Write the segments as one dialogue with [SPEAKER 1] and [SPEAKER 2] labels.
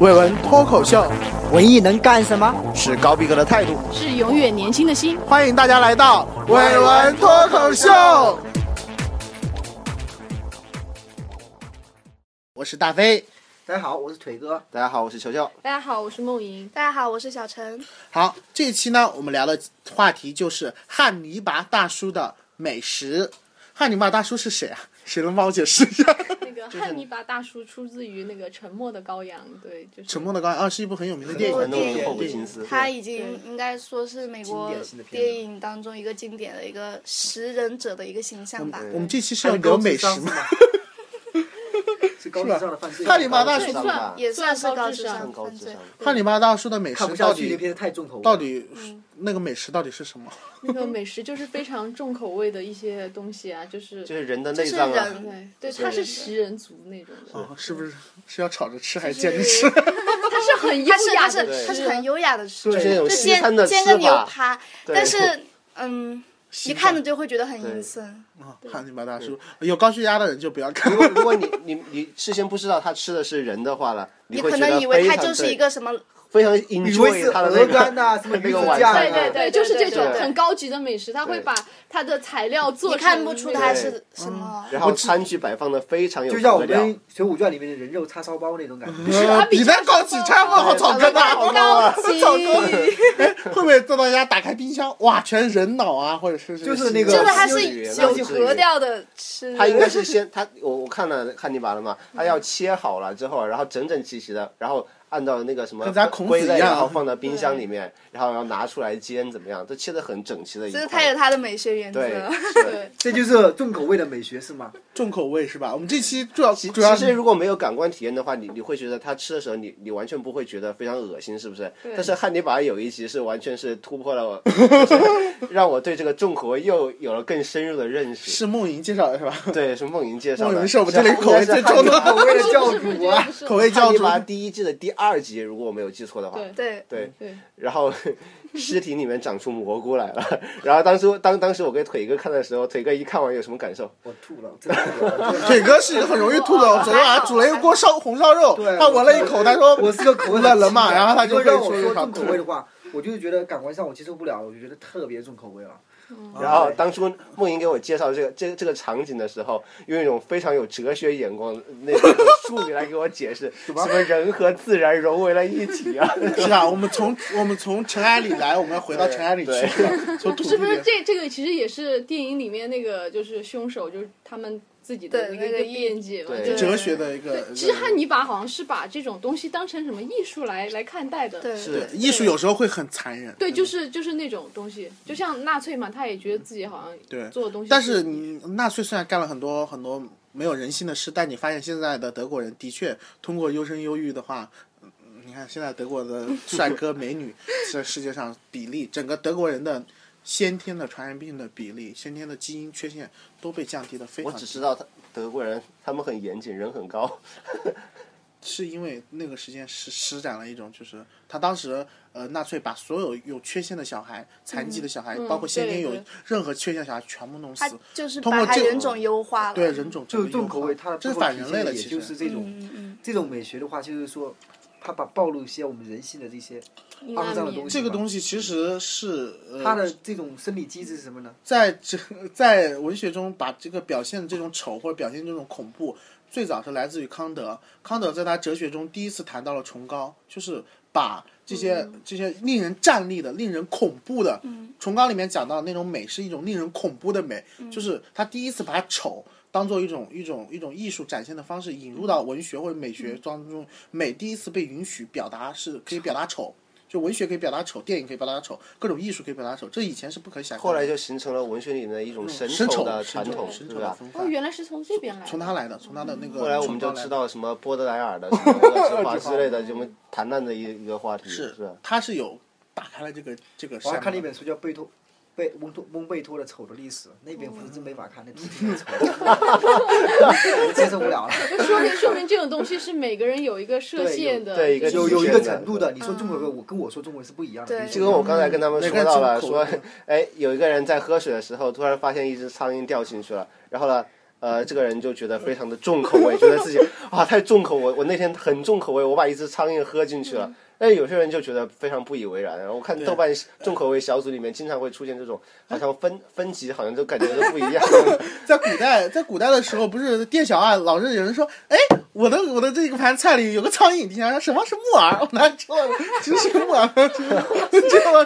[SPEAKER 1] 伟文脱口秀
[SPEAKER 2] 文艺能干什么？
[SPEAKER 1] 是高逼格的态度，
[SPEAKER 3] 是永远年轻的心。
[SPEAKER 1] 欢迎大家来到伟文脱口秀。我是大飞，
[SPEAKER 2] 大家好，我是腿哥。
[SPEAKER 1] 大家好，我是球球。
[SPEAKER 4] 大家好，我是梦莹。
[SPEAKER 5] 大家好，我是小陈。
[SPEAKER 1] 好，这一期呢，我们聊的话题就是汉尼拔大叔的美食。汉尼拔大叔是谁啊？谁能帮我解释一下？
[SPEAKER 5] 哎
[SPEAKER 4] 那个汉尼拔大叔出自于那个《沉默的羔羊》，对，就
[SPEAKER 1] 《
[SPEAKER 4] 是
[SPEAKER 1] 沉默的羔羊》啊，是一部很有名的电
[SPEAKER 5] 部
[SPEAKER 1] 影。
[SPEAKER 5] 电影
[SPEAKER 6] 后悔心思。
[SPEAKER 5] 他已经应该说是美国电影当中一个经典的一个食人者的一个形象吧。
[SPEAKER 6] 嗯
[SPEAKER 1] 我们这期是要聊美食吗？
[SPEAKER 2] 吗？是高智商的犯罪。
[SPEAKER 1] 汉尼拔大
[SPEAKER 4] 叔
[SPEAKER 6] 上
[SPEAKER 4] 吧
[SPEAKER 6] 吧，
[SPEAKER 5] 也算是高智
[SPEAKER 4] 算
[SPEAKER 5] 商
[SPEAKER 6] 高
[SPEAKER 5] 犯
[SPEAKER 6] 智
[SPEAKER 5] 罪
[SPEAKER 6] 商。
[SPEAKER 1] 汉尼拔大叔的美食
[SPEAKER 2] 看不下
[SPEAKER 1] 到
[SPEAKER 2] 去，这
[SPEAKER 1] 底
[SPEAKER 2] 片太重口味了。
[SPEAKER 1] 到底那个美食到底是什么？
[SPEAKER 4] 那个美食就是非常重口味的一些东西啊，就是
[SPEAKER 6] 就是人的内脏
[SPEAKER 5] 这是
[SPEAKER 6] 啊
[SPEAKER 5] 人，
[SPEAKER 4] 对对，他是食人族那种的，
[SPEAKER 1] 哦是不是是要吵着吃还是
[SPEAKER 5] 就
[SPEAKER 1] 见着吃？
[SPEAKER 4] 他是很优
[SPEAKER 5] 他是
[SPEAKER 4] 雅
[SPEAKER 5] 他
[SPEAKER 4] 的
[SPEAKER 5] 是
[SPEAKER 4] 吃，
[SPEAKER 5] 他是很优雅的吃，
[SPEAKER 2] 对
[SPEAKER 6] 就是那种
[SPEAKER 5] 就
[SPEAKER 6] 西
[SPEAKER 5] 煎
[SPEAKER 6] 餐的吃
[SPEAKER 5] 煎个牛
[SPEAKER 6] 法。
[SPEAKER 5] 排，
[SPEAKER 6] 对
[SPEAKER 5] 但 是嗯，一看着就会觉得很阴
[SPEAKER 6] 对
[SPEAKER 5] 森。
[SPEAKER 1] 啊汉尼拔大叔有高血压的人就不要看
[SPEAKER 6] 如。果如果你你你事先不知道他吃的是人的话了，你
[SPEAKER 5] 你
[SPEAKER 6] 会
[SPEAKER 5] 可
[SPEAKER 6] 觉得
[SPEAKER 5] 能以为
[SPEAKER 6] 非
[SPEAKER 5] 他
[SPEAKER 6] 常
[SPEAKER 5] 就是
[SPEAKER 6] 对
[SPEAKER 5] 一个什么，
[SPEAKER 6] 非常
[SPEAKER 2] 以为是
[SPEAKER 6] enjoy 他的那
[SPEAKER 2] 鹅肝
[SPEAKER 6] 个。
[SPEAKER 2] 呐，什么
[SPEAKER 6] 那
[SPEAKER 2] 鱼
[SPEAKER 6] 个
[SPEAKER 2] 子
[SPEAKER 6] 晚
[SPEAKER 2] 酱
[SPEAKER 6] 上
[SPEAKER 4] 对
[SPEAKER 6] 对
[SPEAKER 4] 对
[SPEAKER 2] 啊，
[SPEAKER 4] 对，
[SPEAKER 5] 对
[SPEAKER 4] 就是这种
[SPEAKER 6] 对
[SPEAKER 4] 很高级的美食，他会把它的材料做
[SPEAKER 5] 你
[SPEAKER 4] 成
[SPEAKER 5] 看不出
[SPEAKER 4] 那
[SPEAKER 5] 他
[SPEAKER 4] 个
[SPEAKER 5] 是什么。
[SPEAKER 6] 嗯然后餐具摆放的非常有
[SPEAKER 2] 就像我
[SPEAKER 6] 格调
[SPEAKER 2] 们，《水浒传》里面的人肉叉烧包那种感觉。
[SPEAKER 1] 呃比那高级差不好草根呐！
[SPEAKER 6] 啊
[SPEAKER 4] 高级，
[SPEAKER 1] 会不会到大家打开冰箱，哇，全是人脑啊，或者是
[SPEAKER 2] 就是那个
[SPEAKER 5] 就是他
[SPEAKER 2] 西游记里
[SPEAKER 5] 是
[SPEAKER 2] 面
[SPEAKER 5] 有
[SPEAKER 2] 西游记里面
[SPEAKER 5] 格调的吃，
[SPEAKER 6] 他应该是先他我我看了汉尼拔了嘛，他要切好了之后，然后整整齐齐的，然后按照那个什么
[SPEAKER 1] 跟咱孔子
[SPEAKER 6] 归类，
[SPEAKER 1] 一样
[SPEAKER 6] 然后放到冰箱里面，然后要拿出来煎怎么样？都切的很整齐的一
[SPEAKER 5] 就是
[SPEAKER 6] 块。
[SPEAKER 5] 他有他的美学原则。
[SPEAKER 6] 对，
[SPEAKER 4] 对
[SPEAKER 6] 是
[SPEAKER 2] 这就是重口味的美学是 吗？
[SPEAKER 1] 重口味是吧？我们这期主要
[SPEAKER 6] 其
[SPEAKER 1] 主要
[SPEAKER 6] 其实如果没有感官体验的话，你你会觉得他吃的时候，你你完全不会觉得非常恶心，是不是？但是汉尼拔有一集是完全是突破 了我，就是让我对这个重口味又有了更深入的认识。
[SPEAKER 1] 是梦莹介绍的是吧？
[SPEAKER 6] 对，是梦莹介绍的。
[SPEAKER 1] 梦莹是我们这里口味最重的
[SPEAKER 2] 口味的教
[SPEAKER 4] 不是不是
[SPEAKER 2] 主啊，
[SPEAKER 4] 不是
[SPEAKER 1] 口味
[SPEAKER 6] 汉
[SPEAKER 1] 教
[SPEAKER 6] 尼
[SPEAKER 1] 主
[SPEAKER 6] 拔第一季的第二集，如果我没有记错的话，
[SPEAKER 4] 对
[SPEAKER 5] 对，
[SPEAKER 6] 对
[SPEAKER 4] 对，
[SPEAKER 6] 然后尸体里面长出蘑菇来了。然后当初当当时我跟腿哥看的时候，腿哥一看完有什么感受？
[SPEAKER 2] 我吐了，真的吐 了。真 的
[SPEAKER 1] 腿哥是一个很容易吐的，我昨天晚上煮了一锅烧红烧肉
[SPEAKER 2] 对，
[SPEAKER 1] 他闻了一口，他说
[SPEAKER 2] 我是个口味
[SPEAKER 1] 的人 嘛，然后他就会
[SPEAKER 2] 如果让我
[SPEAKER 1] 说
[SPEAKER 2] 说
[SPEAKER 1] 啥
[SPEAKER 2] 重口味的话，我就是觉得感官上我接受不了，我就觉得特别重口味了。啊
[SPEAKER 6] 然后当初梦莹给我介绍这个这个这个场景的时候，用一种非常有哲学眼光的那个术语来给我解释， 什么人和自然融为了一体啊！
[SPEAKER 1] 是啊，我们从我们从尘埃里来，我们要回到尘埃里去
[SPEAKER 6] 对，
[SPEAKER 1] 从土
[SPEAKER 4] 是
[SPEAKER 1] 地
[SPEAKER 4] 不是
[SPEAKER 1] 里。
[SPEAKER 4] 这这个其实也是电影里面那个就是凶手就是他们自己的
[SPEAKER 5] 对
[SPEAKER 4] 一个一
[SPEAKER 5] 那
[SPEAKER 4] 个
[SPEAKER 5] 个意
[SPEAKER 4] 辩解嘛？
[SPEAKER 6] 对
[SPEAKER 4] 就是
[SPEAKER 1] 哲学的一个，
[SPEAKER 4] 其实汉尼拔好像是把这种东西当成什么艺术来来看待的。
[SPEAKER 5] 对，
[SPEAKER 1] 对艺术有时候会很残忍。
[SPEAKER 4] 对，就是就是那种东西，就像纳粹嘛，他也觉得自己好
[SPEAKER 1] 对
[SPEAKER 4] 像做的东西，
[SPEAKER 1] 但是你纳粹虽然干了很多很多没有人性的事，但你发现现在的德国人的确通过优生优育的话，嗯你看现在德国的帅哥美女在世界上比例，整个德国人的先天的传染病的比例、先天的基因缺陷都被降低的非
[SPEAKER 6] 我
[SPEAKER 1] 常
[SPEAKER 6] 只知
[SPEAKER 1] 低，
[SPEAKER 6] 道他德国人他们很严谨，人很高，
[SPEAKER 1] 是因为那个时间施施展了一种，就是他当时呃纳粹把所有有缺陷的小孩、残疾的小孩，
[SPEAKER 4] 嗯
[SPEAKER 1] 包括先天
[SPEAKER 4] 对
[SPEAKER 1] 有
[SPEAKER 4] 对
[SPEAKER 1] 任何缺陷的小孩全部弄
[SPEAKER 5] 他
[SPEAKER 1] 死，
[SPEAKER 5] 就是
[SPEAKER 1] 通过
[SPEAKER 5] 把他
[SPEAKER 1] 这
[SPEAKER 5] 人种优化了。
[SPEAKER 1] 对人种
[SPEAKER 2] 就是
[SPEAKER 1] 整
[SPEAKER 2] 重
[SPEAKER 1] 个
[SPEAKER 2] 口
[SPEAKER 1] 优化
[SPEAKER 2] 味，它的
[SPEAKER 1] 这
[SPEAKER 2] 最
[SPEAKER 1] 是
[SPEAKER 2] 后
[SPEAKER 1] 反
[SPEAKER 2] 体
[SPEAKER 1] 人
[SPEAKER 2] 现
[SPEAKER 1] 类
[SPEAKER 2] 的
[SPEAKER 1] 了，
[SPEAKER 2] 也
[SPEAKER 1] 其
[SPEAKER 2] 就
[SPEAKER 1] 实
[SPEAKER 2] 是这种这种美学的话，就是说它把暴露一些我们人性的这些
[SPEAKER 4] 阴
[SPEAKER 2] 肮
[SPEAKER 4] 暗
[SPEAKER 2] 脏的
[SPEAKER 4] 面
[SPEAKER 2] 东西。
[SPEAKER 1] 这个东西其实是呃，
[SPEAKER 2] 它的这种生理机制是什么呢？
[SPEAKER 1] 在这在文学中把这个表现这种丑或者表现这种恐怖，最早是来自于康德。康德在他哲学中第一次谈到了崇高，就是把这些、这些令人站立的、令人恐怖的，崇高里面讲到那种美是一种令人恐怖的美，就是他第一次把丑。当做一种一种一种艺术展现的方式引入到文学或者美学当中，美第一次被允许表达是可以表达丑，就文学可以表达丑，电影可以表达丑，各种艺术可以表达丑，这以前是不可想象的。
[SPEAKER 6] 后来就形成了文学里面的一种神
[SPEAKER 1] 神丑
[SPEAKER 6] 的
[SPEAKER 1] 神
[SPEAKER 6] 传
[SPEAKER 1] 丑
[SPEAKER 6] 统，
[SPEAKER 1] 神
[SPEAKER 6] 对
[SPEAKER 1] 丑的
[SPEAKER 6] 吧？
[SPEAKER 1] 风
[SPEAKER 4] 哦，
[SPEAKER 1] 范，
[SPEAKER 4] 原来是从这边来的，
[SPEAKER 1] 从他来的，从他的那个
[SPEAKER 6] 后来我们就
[SPEAKER 1] 崇高来
[SPEAKER 6] 知
[SPEAKER 1] 的
[SPEAKER 6] 道什么波德莱尔的什 么恶之华之类的，我们谈论的一一个话题，是
[SPEAKER 1] 是
[SPEAKER 6] 吧？
[SPEAKER 1] 他是有打开了这个这个
[SPEAKER 2] 我
[SPEAKER 1] 扇
[SPEAKER 2] 还
[SPEAKER 1] 门。
[SPEAKER 2] 看了一本书叫《贝托贝蒙托蒙贝托的丑的历史》，那本书真没法看，那图挺丑的， 我接受不了了。
[SPEAKER 4] 说明说明这种东西是每个人有一个设限的，
[SPEAKER 6] 对有对一个
[SPEAKER 2] 有
[SPEAKER 6] 极
[SPEAKER 2] 有一
[SPEAKER 6] 限
[SPEAKER 2] 个
[SPEAKER 6] 的
[SPEAKER 2] 程度
[SPEAKER 1] 嗯
[SPEAKER 2] 的，你说中国味，我跟我说中国是不一样的。
[SPEAKER 5] 对
[SPEAKER 2] 你
[SPEAKER 6] 就
[SPEAKER 2] 说
[SPEAKER 6] 跟我刚才跟他们说到了，
[SPEAKER 1] 每个人
[SPEAKER 6] 说
[SPEAKER 1] 吃口，
[SPEAKER 6] 哎，有一个人在喝水的时候，突然发现一只苍蝇掉进去了，然后呢，呃，这个人就觉得非常的重口味，觉得自己啊太重口味，我那天很重口味，我把一只苍蝇喝进去了。但是有些人就觉得非常不以为然，然后我看豆瓣重口味小组里面经常会出现这种，好像分分级好像就感觉都不一样。
[SPEAKER 1] 在古代，在古代的时候，不是店小二老是有人说，哎，我的我的这个盘菜里有个苍蝇，你想想什么是木耳？我拿错了，其实是木 耳，知道吗？
[SPEAKER 2] 就那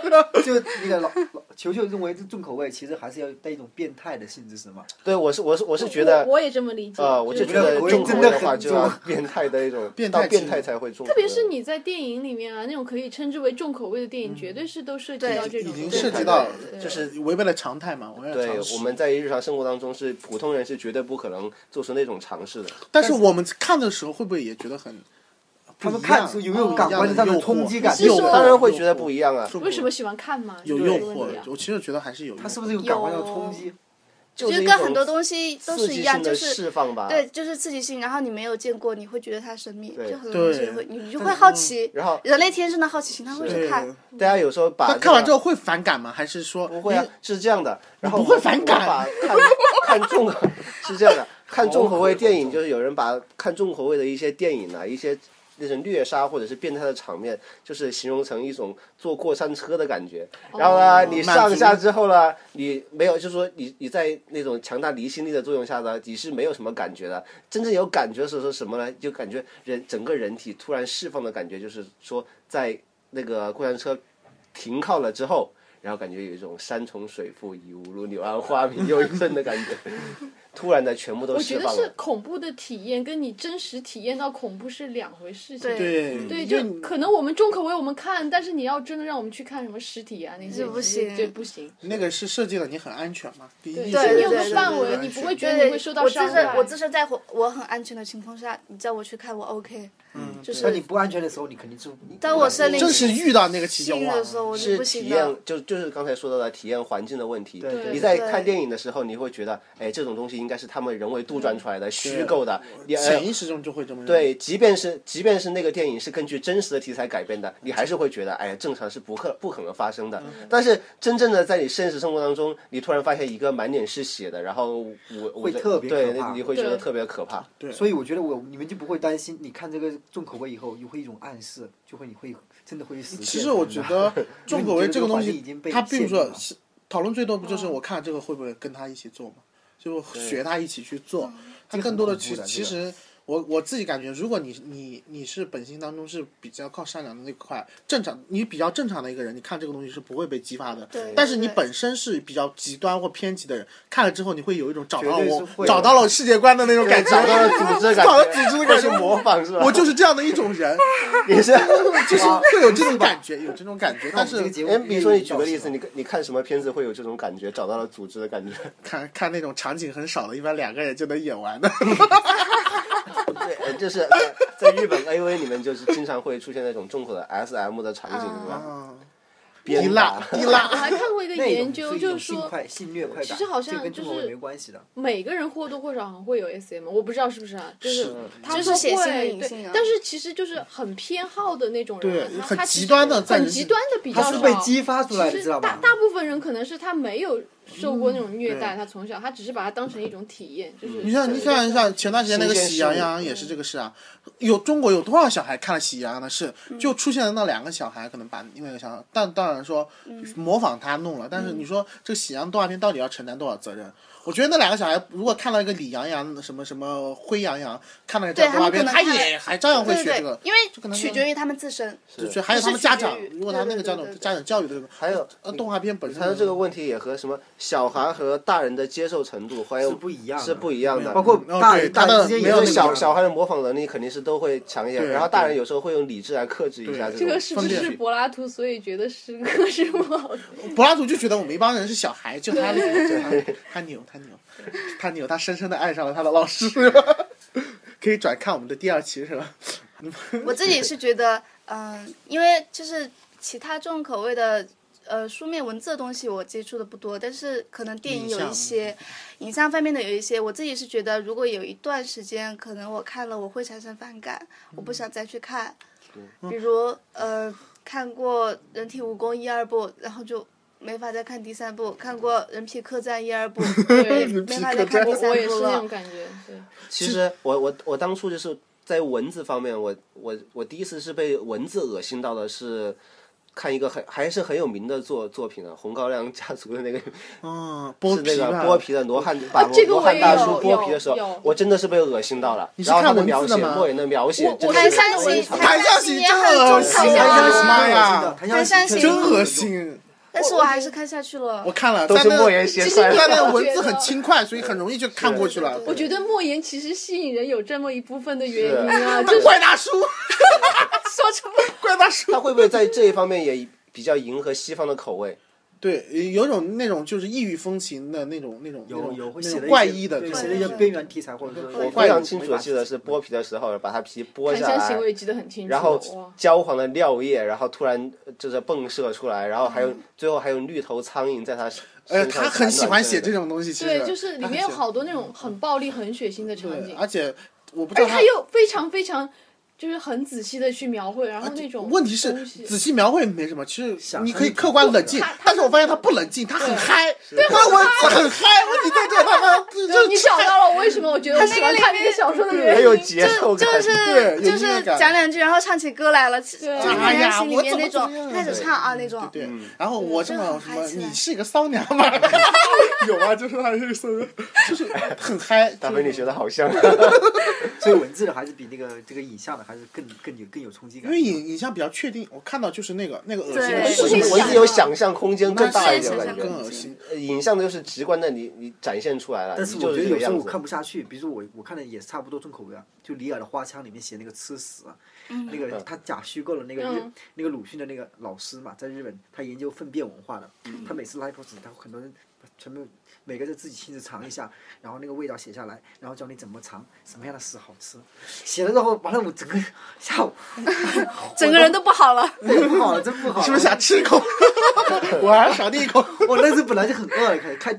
[SPEAKER 2] 个老老球球认为这重口味其实还是要带一种变态的性质，是吗？
[SPEAKER 6] 对，我是我是我是觉得
[SPEAKER 4] 我，我也这么理解
[SPEAKER 6] 呃，我就
[SPEAKER 4] 就
[SPEAKER 6] 觉
[SPEAKER 4] 是
[SPEAKER 6] 得
[SPEAKER 2] 我觉
[SPEAKER 6] 重
[SPEAKER 2] 得
[SPEAKER 6] 口味
[SPEAKER 2] 真的
[SPEAKER 6] 的话
[SPEAKER 2] 很
[SPEAKER 6] 就要
[SPEAKER 2] 重
[SPEAKER 6] 变态的一种，
[SPEAKER 1] 变态
[SPEAKER 6] 到变
[SPEAKER 1] 情
[SPEAKER 6] 态才会重口
[SPEAKER 4] 特
[SPEAKER 6] 味。
[SPEAKER 4] 别是你在电影里面啊，那种可以称之为重口味的电影，绝
[SPEAKER 1] 嗯
[SPEAKER 4] 对是都涉及到这
[SPEAKER 1] 已
[SPEAKER 4] 种
[SPEAKER 1] 经
[SPEAKER 4] 东西
[SPEAKER 1] 涉及到
[SPEAKER 4] 对
[SPEAKER 1] 就是违背了常态嘛，违背了
[SPEAKER 6] 对
[SPEAKER 1] 常，识。
[SPEAKER 6] 我们在日常生活当中是普通人是绝对不可能做出那种尝试的。
[SPEAKER 1] 但是我们看的时候会不会也觉得很不一样？
[SPEAKER 2] 他们看出有没有感官上的冲击感
[SPEAKER 1] 有诱
[SPEAKER 4] 你是
[SPEAKER 1] 惑
[SPEAKER 4] 说
[SPEAKER 6] 当然会觉得不一样啊
[SPEAKER 1] 诱惑
[SPEAKER 4] 为什么喜欢看嘛？
[SPEAKER 1] 有
[SPEAKER 4] 这个
[SPEAKER 1] 诱
[SPEAKER 4] 问题啊
[SPEAKER 1] 惑？我其实觉得还是有诱惑。
[SPEAKER 2] 他是不是有感官上的冲击？
[SPEAKER 6] 就
[SPEAKER 5] 就是
[SPEAKER 6] 一
[SPEAKER 5] 跟
[SPEAKER 6] 种
[SPEAKER 5] 很多东西都
[SPEAKER 6] 刺
[SPEAKER 5] 是
[SPEAKER 6] 激
[SPEAKER 5] 一
[SPEAKER 6] 性
[SPEAKER 5] 样，
[SPEAKER 6] 的
[SPEAKER 5] 就是
[SPEAKER 6] 释放吧。
[SPEAKER 5] 对，就是刺激性，然后你没有见过，你会觉得它神秘，
[SPEAKER 6] 对
[SPEAKER 5] 就很多东西
[SPEAKER 1] 对
[SPEAKER 5] 会，你就会好奇。
[SPEAKER 6] 然后
[SPEAKER 5] 人类天生的好奇心，他会去
[SPEAKER 1] 对
[SPEAKER 5] 看。
[SPEAKER 6] 大家有时候把
[SPEAKER 1] 那
[SPEAKER 6] 这
[SPEAKER 1] 看完
[SPEAKER 6] 个
[SPEAKER 1] 之后会反感吗？还是说
[SPEAKER 6] 不会啊，是这样的。然后
[SPEAKER 1] 不会
[SPEAKER 6] 我
[SPEAKER 1] 反
[SPEAKER 6] 我
[SPEAKER 1] 感
[SPEAKER 6] 把看看重口是这样 的，看重口味电影就是有人把看重口味的一些电影啊，一些那种虐杀或者是变态的场面，就是形容成一种坐过山车的感觉。
[SPEAKER 1] 哦
[SPEAKER 6] 然后呢，你
[SPEAKER 1] 满
[SPEAKER 6] 上
[SPEAKER 1] 足
[SPEAKER 6] 下之后呢，你没有，就是说你你在那种强大离心力的作用下呢，你是没有什么感觉的。真正有感觉的时候是什么呢？就感觉人整个人体突然释放的感觉，就是说在那个过山车停靠了之后，然后感觉有一种山重水复疑无路，柳暗花明又一村的感觉，突然的全部都
[SPEAKER 4] 我觉
[SPEAKER 6] 释
[SPEAKER 4] 得
[SPEAKER 6] 放
[SPEAKER 4] 是
[SPEAKER 6] 了。
[SPEAKER 4] 恐怖的体验，跟你真实体验到恐怖是两回事情。
[SPEAKER 5] 对
[SPEAKER 1] 对
[SPEAKER 4] 对，
[SPEAKER 1] 因为
[SPEAKER 4] 就可能我们重口味我们看，但是你要真的让我们去看什么尸体啊那些，
[SPEAKER 5] 这不
[SPEAKER 4] 其实
[SPEAKER 5] 行
[SPEAKER 4] 这不行。
[SPEAKER 1] 那个是设计的你很安全嘛？第一
[SPEAKER 4] 对，
[SPEAKER 1] 印
[SPEAKER 4] 你
[SPEAKER 1] 象
[SPEAKER 5] 对
[SPEAKER 4] 有个
[SPEAKER 5] 对
[SPEAKER 4] 范
[SPEAKER 1] 对
[SPEAKER 4] 围，
[SPEAKER 1] 对
[SPEAKER 4] 你不会觉得
[SPEAKER 5] 对
[SPEAKER 4] 你会受，到
[SPEAKER 5] 我自
[SPEAKER 4] 伤害
[SPEAKER 5] 身。我自身在我我很安全的情况下，你叫我去看我 OK，
[SPEAKER 1] 嗯
[SPEAKER 5] 就
[SPEAKER 2] 当你
[SPEAKER 5] 是
[SPEAKER 2] 不安全的时候，你肯定就
[SPEAKER 5] 当我身临
[SPEAKER 1] 正是遇到那个期间
[SPEAKER 5] 性
[SPEAKER 1] 哇
[SPEAKER 5] 的，时候，我
[SPEAKER 6] 是
[SPEAKER 5] 不
[SPEAKER 6] 体
[SPEAKER 5] 行
[SPEAKER 6] 验
[SPEAKER 5] 的。，
[SPEAKER 6] 就就是刚才说到的体验环境的问题。
[SPEAKER 2] 对对
[SPEAKER 6] 你在
[SPEAKER 5] 对
[SPEAKER 6] 看电影的时候，你会觉得，哎，这种东西应该是他们人为杜撰出来的、虚构的。你呃
[SPEAKER 1] 潜意识中就会这么认为。
[SPEAKER 6] 对，即便是即便是那个电影是根据真实的题材改编的，你还是会觉得，哎呀，正常是不可不可能发生的。
[SPEAKER 1] 嗯
[SPEAKER 6] 但是真正的在你现实生活当中，你突然发现一个满脸是血的，然后我我
[SPEAKER 2] 会
[SPEAKER 6] 的
[SPEAKER 2] 特别
[SPEAKER 6] 对
[SPEAKER 2] 可怕
[SPEAKER 6] 你会觉得
[SPEAKER 4] 对
[SPEAKER 6] 特别可怕。
[SPEAKER 2] 所以我觉得我你们就不会担心，你看这个重口味以后，你会一种暗示，就会你会真的会去实现。
[SPEAKER 1] 其实我觉 得重口味这个东西，它并不是说 是讨论最多不就是
[SPEAKER 5] 嗯
[SPEAKER 1] 我看这个会不会跟他一起做嘛，就学他一起去
[SPEAKER 5] 嗯
[SPEAKER 1] 做。它更多的其
[SPEAKER 2] 这个很恐怖的
[SPEAKER 1] 其实我我自己感觉，如果你你你是本性当中是比较靠善良的那块，正常你比较正常的一个人，你看这个东西是不会被激发的。
[SPEAKER 5] 对
[SPEAKER 1] 但是你
[SPEAKER 5] 对
[SPEAKER 1] 本身是比较极端或偏激的人，看了之后你会有一种找到
[SPEAKER 2] 绝对是
[SPEAKER 1] 我
[SPEAKER 2] 会的
[SPEAKER 1] 找到了世界观的那种 感觉，
[SPEAKER 6] 哎找到了组织的感
[SPEAKER 1] 找到
[SPEAKER 6] 觉，
[SPEAKER 1] 组织的 感
[SPEAKER 6] 或
[SPEAKER 1] 觉
[SPEAKER 6] 是。模仿是吧？
[SPEAKER 1] 我就是这样的一种 人，
[SPEAKER 6] 也是。
[SPEAKER 1] 就是会有这种感觉，有这种感觉。但
[SPEAKER 2] 这个
[SPEAKER 1] 是
[SPEAKER 2] 节目
[SPEAKER 6] 哎，，比如说你举个例子，你你看什么片子会有这种感觉，找到了组织的 感觉？
[SPEAKER 1] 看看那种场景很少的，一般两个人就能演完的。
[SPEAKER 6] 对，呃就是在在日本 AV 里面，就是经常会出现那种重口的 SM 的场景，
[SPEAKER 1] 啊
[SPEAKER 6] 是吧？
[SPEAKER 1] 滴
[SPEAKER 6] 鞭
[SPEAKER 1] 蜡
[SPEAKER 6] 打，
[SPEAKER 1] 滴
[SPEAKER 4] 我
[SPEAKER 1] 蜡，
[SPEAKER 4] 还看过一个
[SPEAKER 2] 那
[SPEAKER 4] 研究，就是
[SPEAKER 2] 性
[SPEAKER 4] 说
[SPEAKER 2] 快性虐快感，
[SPEAKER 4] 其实好像
[SPEAKER 2] 这跟重口
[SPEAKER 4] 就
[SPEAKER 2] 味
[SPEAKER 4] 是
[SPEAKER 2] 没关系的。
[SPEAKER 4] 每个人或多或少好像会有 SM，我不知道是不是啊，就是他们
[SPEAKER 5] 就是写信的
[SPEAKER 4] 会
[SPEAKER 5] 隐性
[SPEAKER 4] 对
[SPEAKER 5] 啊，
[SPEAKER 4] 但是其实就是很偏好的那种人啊，
[SPEAKER 1] 对
[SPEAKER 4] 他
[SPEAKER 1] 很
[SPEAKER 4] 他其
[SPEAKER 1] 极
[SPEAKER 4] 实
[SPEAKER 1] 端的在
[SPEAKER 4] 很
[SPEAKER 1] 人
[SPEAKER 4] 极
[SPEAKER 1] 性
[SPEAKER 4] 端的比较
[SPEAKER 2] 它是被
[SPEAKER 4] 少
[SPEAKER 2] 激发出来，
[SPEAKER 4] 其
[SPEAKER 2] 你
[SPEAKER 4] 实
[SPEAKER 2] 知道
[SPEAKER 4] 大
[SPEAKER 2] 吗？
[SPEAKER 4] 大部分人可能是他没有受过那种虐待，
[SPEAKER 1] 嗯对嗯
[SPEAKER 4] 他从小他只是把它当成一种体验，就是
[SPEAKER 1] 你像你
[SPEAKER 4] 看
[SPEAKER 1] 看像前段时间那个《
[SPEAKER 6] 新鲜
[SPEAKER 1] 喜羊
[SPEAKER 6] 事物嗯
[SPEAKER 1] 羊》也是这个事啊，有中国有多少小孩看了《喜羊羊》的事，
[SPEAKER 5] 嗯
[SPEAKER 1] 就出现了那两个小孩可能把那个小孩，但当然说
[SPEAKER 5] 嗯
[SPEAKER 1] 模仿他弄了，但是
[SPEAKER 6] 嗯
[SPEAKER 1] 你说这个《喜羊羊》动画片到底要承担多少责任？我觉得那两个小孩如果看到一个李羊羊什么什么灰羊羊，看到这
[SPEAKER 5] 对
[SPEAKER 1] 动画
[SPEAKER 5] 他们
[SPEAKER 1] 片，
[SPEAKER 5] 可能
[SPEAKER 1] 他
[SPEAKER 5] 看了
[SPEAKER 1] 也还照样会
[SPEAKER 5] 对
[SPEAKER 1] 学
[SPEAKER 5] 对
[SPEAKER 1] 这个
[SPEAKER 5] 对，，因
[SPEAKER 1] 可能
[SPEAKER 5] 为
[SPEAKER 1] 是
[SPEAKER 5] 取决于他们自身。
[SPEAKER 1] 就就还有他们
[SPEAKER 5] 是取
[SPEAKER 1] 家
[SPEAKER 5] 决
[SPEAKER 1] 长
[SPEAKER 5] 于，
[SPEAKER 1] 如果他那个
[SPEAKER 5] 对对
[SPEAKER 1] 家长
[SPEAKER 5] 对对对
[SPEAKER 1] 家长教育的这种，
[SPEAKER 6] 还有
[SPEAKER 1] 呃，动画片本身
[SPEAKER 6] 它的这个问题也和什么小孩和大人的接受程度还有
[SPEAKER 2] 是不一样的
[SPEAKER 6] 是不一样的。
[SPEAKER 2] 包括大
[SPEAKER 1] 哦
[SPEAKER 2] 人大人之间
[SPEAKER 6] 比
[SPEAKER 2] 也
[SPEAKER 6] 如
[SPEAKER 1] 没有
[SPEAKER 6] 说小小
[SPEAKER 2] 孩，
[SPEAKER 6] 孩的模仿能力肯定是都会强一些，
[SPEAKER 1] 对
[SPEAKER 6] 然后大人有时候会用理智来克制一下
[SPEAKER 1] 对
[SPEAKER 4] 这
[SPEAKER 6] 种
[SPEAKER 4] 个是不
[SPEAKER 1] 分
[SPEAKER 4] 是
[SPEAKER 1] 辨
[SPEAKER 4] 柏拉图，所以觉得诗歌是不好 的？
[SPEAKER 1] 柏拉图就觉得我们一帮人是小孩，就他那个就他他牛他牛他牛，他深深的爱上了他的老师，是吧？可以转看我们的第二期是吧？
[SPEAKER 5] 我自己是觉得，嗯、因为就是其他重口味的。呃，书面文字的东西我接触的不多，但是可能电影有一些，影像方面的有一些，我自己是觉得，如果有一段时间，可能我看了我会产生反感，我不想再去看。比如呃，看过《人体蜈蚣》一二部，然后就没法再看第三部，看过《人皮客栈》一二 部，
[SPEAKER 4] 对
[SPEAKER 5] 没法再看第
[SPEAKER 4] 我
[SPEAKER 5] 三
[SPEAKER 4] 我也
[SPEAKER 5] 部
[SPEAKER 4] 是那种
[SPEAKER 5] 了。
[SPEAKER 4] 感觉，对，
[SPEAKER 6] 其实我我我当初就是在文字方面，我我我第一次是被文字恶心到的是。看一个很还是很有名的作作品啊，《红高粱家族》 的那个
[SPEAKER 1] 嗯，剥
[SPEAKER 6] 是那
[SPEAKER 1] 皮
[SPEAKER 6] 个
[SPEAKER 1] 了。
[SPEAKER 6] 剥皮的罗汉，把
[SPEAKER 4] 哦啊这个
[SPEAKER 6] 罗
[SPEAKER 4] 我
[SPEAKER 6] 汉
[SPEAKER 4] 也
[SPEAKER 6] 大
[SPEAKER 4] 有
[SPEAKER 6] 叔剥皮的时
[SPEAKER 4] 有有
[SPEAKER 6] 候，我真的是被恶心到了。
[SPEAKER 1] 你是
[SPEAKER 6] 然后他
[SPEAKER 1] 看
[SPEAKER 6] 的
[SPEAKER 1] 文
[SPEAKER 6] 描
[SPEAKER 1] 字的
[SPEAKER 6] 写，
[SPEAKER 1] 吗
[SPEAKER 6] 莫言的描写
[SPEAKER 4] 我，
[SPEAKER 6] 真
[SPEAKER 4] 我
[SPEAKER 6] 的
[SPEAKER 5] 谭
[SPEAKER 6] 是
[SPEAKER 5] 善
[SPEAKER 6] 非
[SPEAKER 5] 行，
[SPEAKER 6] 常
[SPEAKER 1] 谭
[SPEAKER 5] 善
[SPEAKER 1] 善
[SPEAKER 5] 行
[SPEAKER 1] 行
[SPEAKER 5] 也
[SPEAKER 1] 真
[SPEAKER 5] 很啊
[SPEAKER 1] 恶
[SPEAKER 5] 中
[SPEAKER 1] 心
[SPEAKER 5] 肯
[SPEAKER 1] 谭
[SPEAKER 5] 呀
[SPEAKER 1] 善行妈呀
[SPEAKER 5] 谭善行
[SPEAKER 1] 真恶心！
[SPEAKER 5] 但是
[SPEAKER 4] 我
[SPEAKER 5] 我还是看下去了
[SPEAKER 1] 我。看了，
[SPEAKER 6] 都
[SPEAKER 1] 但
[SPEAKER 6] 是
[SPEAKER 1] 那个
[SPEAKER 6] 莫言写
[SPEAKER 4] 其实
[SPEAKER 6] 出 来
[SPEAKER 4] 你
[SPEAKER 6] 的。
[SPEAKER 1] 但那
[SPEAKER 4] 我
[SPEAKER 1] 个文
[SPEAKER 4] 觉
[SPEAKER 1] 字很
[SPEAKER 4] 得
[SPEAKER 1] 轻快，所以很容易就看过去了。
[SPEAKER 5] 对
[SPEAKER 4] 我觉得莫言其实吸引人有这么一部分的原因啊，就是
[SPEAKER 1] 怪大叔，
[SPEAKER 4] 说 出来
[SPEAKER 1] 怪大叔。
[SPEAKER 6] 他会不会在这一方面也比较迎合西方的口味？
[SPEAKER 1] 对，有种那种就是异域风情的那种那种那
[SPEAKER 2] 有
[SPEAKER 1] 种
[SPEAKER 2] 有会
[SPEAKER 1] 那
[SPEAKER 2] 写
[SPEAKER 1] 种
[SPEAKER 2] 了一些
[SPEAKER 1] 怪异的
[SPEAKER 2] 对
[SPEAKER 1] 这
[SPEAKER 2] 写
[SPEAKER 1] 种
[SPEAKER 2] 了一些边缘题材或者
[SPEAKER 6] 我
[SPEAKER 2] 说
[SPEAKER 6] 非常清楚的记得是剥皮的时候，把它皮剥
[SPEAKER 4] 檀
[SPEAKER 1] 啊
[SPEAKER 6] 下
[SPEAKER 4] 香行
[SPEAKER 6] 来，
[SPEAKER 4] 为记得很清楚，
[SPEAKER 6] 然后
[SPEAKER 4] 哇
[SPEAKER 6] 焦黄的尿液，然后突然就是迸射出来，然后还有最后还有绿头苍蝇在他身
[SPEAKER 1] 呃，
[SPEAKER 6] 身上
[SPEAKER 1] 他很喜欢写这
[SPEAKER 6] 产卵
[SPEAKER 1] 种东西，其实
[SPEAKER 4] 对，就是里面有好多那种很暴力、很血腥的场
[SPEAKER 1] 对，
[SPEAKER 4] 景，
[SPEAKER 1] 而且我不知
[SPEAKER 4] 而
[SPEAKER 1] 道
[SPEAKER 4] 他又非常非常就是很仔细的去描绘，然后那种
[SPEAKER 1] 啊问题是
[SPEAKER 4] 东西
[SPEAKER 1] 仔细描绘没什么，其实
[SPEAKER 2] 想
[SPEAKER 1] 你
[SPEAKER 2] 象
[SPEAKER 1] 可以
[SPEAKER 2] 力
[SPEAKER 1] 客观
[SPEAKER 2] 不够
[SPEAKER 1] 冷静
[SPEAKER 4] 他，
[SPEAKER 1] 但是我发现他不冷静，他很嗨，他我很嗨，问题在这，他他
[SPEAKER 4] 对
[SPEAKER 1] 就
[SPEAKER 4] 你找到了我为什么我觉得我喜欢看这个小说的原
[SPEAKER 6] 很有
[SPEAKER 4] 因，
[SPEAKER 6] 节奏
[SPEAKER 5] 就
[SPEAKER 6] 感。
[SPEAKER 5] 就是
[SPEAKER 1] 对有
[SPEAKER 5] 就是
[SPEAKER 1] 音乐感
[SPEAKER 5] 讲两句，然后唱起歌来了，就是
[SPEAKER 4] 对
[SPEAKER 5] 感觉心里面那种
[SPEAKER 1] 哎呀我怎么这样
[SPEAKER 5] 开始唱啊那种。
[SPEAKER 1] 对，然后我这
[SPEAKER 5] 真的
[SPEAKER 1] 么
[SPEAKER 5] 很
[SPEAKER 1] 什
[SPEAKER 5] 嗨
[SPEAKER 1] 么，
[SPEAKER 5] 起来
[SPEAKER 1] 你是一个骚娘吗？有啊，就是他这个骚娘， 就是很嗨，
[SPEAKER 6] 大
[SPEAKER 1] 就
[SPEAKER 6] 飞，
[SPEAKER 1] 是
[SPEAKER 6] 你学的好像。
[SPEAKER 2] 所以文字的还是比那个这个影像的还是更更有更有冲击
[SPEAKER 1] 因
[SPEAKER 2] 感。
[SPEAKER 1] 为影影像比较确定，我看到就是那个那个恶心
[SPEAKER 5] 对
[SPEAKER 1] 的事
[SPEAKER 4] 我
[SPEAKER 1] 情，
[SPEAKER 4] 是
[SPEAKER 6] 文字有想象空间更大一
[SPEAKER 5] 是
[SPEAKER 6] 点，
[SPEAKER 5] 是
[SPEAKER 6] 我
[SPEAKER 5] 是
[SPEAKER 6] 感觉
[SPEAKER 1] 更恶心。
[SPEAKER 6] 呃影像就是直观的你，你展现出来了，
[SPEAKER 2] 但是
[SPEAKER 6] 你就
[SPEAKER 2] 我觉
[SPEAKER 6] 是
[SPEAKER 2] 得
[SPEAKER 6] 这
[SPEAKER 2] 有
[SPEAKER 6] 个
[SPEAKER 2] 时候
[SPEAKER 6] 样
[SPEAKER 2] 我
[SPEAKER 6] 子
[SPEAKER 2] 看。不下去，比如说我我看的也差不多重口味啊，就李尔的《花腔》里面写那个吃屎啊，那个
[SPEAKER 6] 嗯
[SPEAKER 2] 他假虚构了那个日、
[SPEAKER 4] 嗯
[SPEAKER 2] 那个鲁迅的那个老师嘛，在日本他研究粪便文化的，他每次拉一泡屎，他很多人全部每个人自己亲自尝一下，然后那个味道写下来，然后教你怎么尝，什么样的屎好吃，写了之后完了我整个 下午
[SPEAKER 5] 整个人都不好了。
[SPEAKER 2] 对不好了，真不好了，
[SPEAKER 1] 是不是想吃一口？ 我还想第一口。
[SPEAKER 2] 我那时本来就很饿了，看看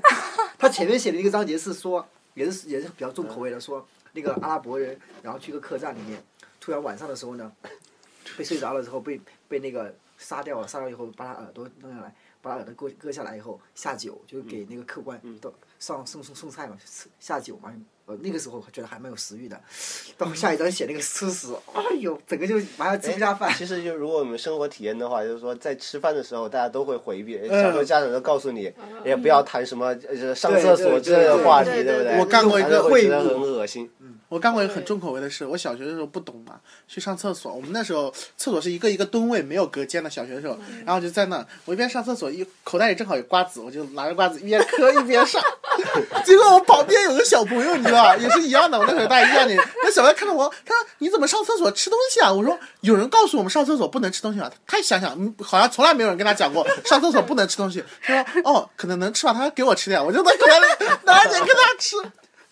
[SPEAKER 2] 他前面写的一个章节是说，也是也是比较重口味的，说那个阿拉伯人，然后去一个客栈里面，突然晚上的时候呢，被睡着了之后被被那个杀掉了，杀掉以后把他耳朵弄下来，把他耳朵割割下来以后下酒，就是给那个客官都上送送送菜嘛，吃下酒嘛。呃，那个时候我觉得还蛮有食欲的，到下一章写那个吃屎，哎呦，整个就马上吃不下 饭。
[SPEAKER 6] 其实就如果我们生活体验的话，就是说在吃饭的时候，大家都会回避。
[SPEAKER 5] 嗯
[SPEAKER 6] 小时候家长都告诉你，也不要谈什么呃上厕所之类的话题，
[SPEAKER 5] 对对
[SPEAKER 6] 不
[SPEAKER 5] 对
[SPEAKER 6] 对？
[SPEAKER 5] 我
[SPEAKER 1] 干过一个
[SPEAKER 6] 大家会觉得
[SPEAKER 1] 会
[SPEAKER 6] 很
[SPEAKER 1] 晤
[SPEAKER 6] 恶心。
[SPEAKER 1] 我干过一个很重口味的事，我小学的时候不懂嘛，去上厕所。我们那时候厕所是一个一个蹲位，没有隔间的。小学的时候，然后就在那，我一边上厕所，一口袋里正好有瓜子，我就拿着瓜子一边嗑一边上。 结果我旁边有个小朋友，你知道吧，也是一样的。我那时候大一样的，那小孩看着我，他说：“你怎么上厕所吃东西啊？”我说：“有人告诉我们上厕所不能吃东西啊。”他一想想，嗯，好像从来没有人跟他讲过上厕所不能吃东西。他说：“哦，可能能吃吧。”他说：“给我吃点。”我就在口袋里 拿点跟他吃。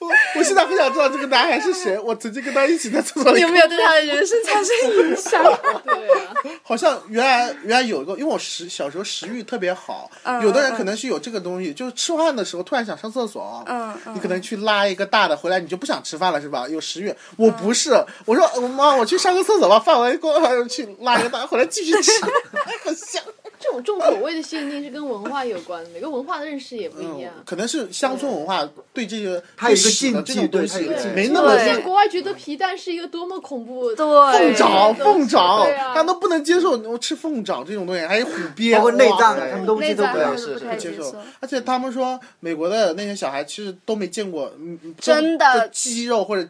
[SPEAKER 1] 我我现在很想知道这个男孩是谁，我曾经跟他一起在厕所
[SPEAKER 5] 你
[SPEAKER 1] 里
[SPEAKER 5] 有，没有对 他的人生产生影响？
[SPEAKER 4] 对啊，
[SPEAKER 1] 好像原来原来有一个，因为我食小时候食欲特别好，
[SPEAKER 5] 嗯
[SPEAKER 1] 有的人
[SPEAKER 5] 嗯
[SPEAKER 1] 可能是有这个东西，就是吃饭的时候突然想上厕所，
[SPEAKER 5] 嗯嗯
[SPEAKER 1] 你可能去拉一个大的回来，你就不想吃饭了是吧？有食欲，我不是，我说我妈，我去上个厕所吧，饭完过后去拉一个大回来继续 吃，很香。
[SPEAKER 4] 这种重口味的吸引力是跟文化有关的，每个文化的认识也不一样。
[SPEAKER 1] 可能是乡村文化对这个
[SPEAKER 2] 它有一个
[SPEAKER 1] 对屎的这
[SPEAKER 2] 禁忌
[SPEAKER 1] 种东
[SPEAKER 2] 对它
[SPEAKER 1] 西
[SPEAKER 2] 有一个禁忌
[SPEAKER 1] 没那么
[SPEAKER 5] 对
[SPEAKER 4] 在国外觉得皮蛋是一个多么恐怖的，
[SPEAKER 5] 对，
[SPEAKER 1] 凤爪，
[SPEAKER 4] 对
[SPEAKER 1] 凤爪
[SPEAKER 4] 对，啊
[SPEAKER 1] 他都不能接受我吃凤爪这种东西，还有虎 鳖，
[SPEAKER 2] 包括内
[SPEAKER 1] 哇
[SPEAKER 2] 脏啊，他们都
[SPEAKER 5] 内
[SPEAKER 2] 接受
[SPEAKER 5] 脏
[SPEAKER 2] 不
[SPEAKER 5] 他
[SPEAKER 2] 了
[SPEAKER 5] 们。
[SPEAKER 6] 是
[SPEAKER 5] 不
[SPEAKER 6] 是
[SPEAKER 5] 太
[SPEAKER 1] 接
[SPEAKER 5] 接
[SPEAKER 1] 受
[SPEAKER 5] 受。，
[SPEAKER 1] 而且他们说美国的那些小孩其实都没见过，嗯，嗯
[SPEAKER 5] 真的
[SPEAKER 1] 鸡肉或者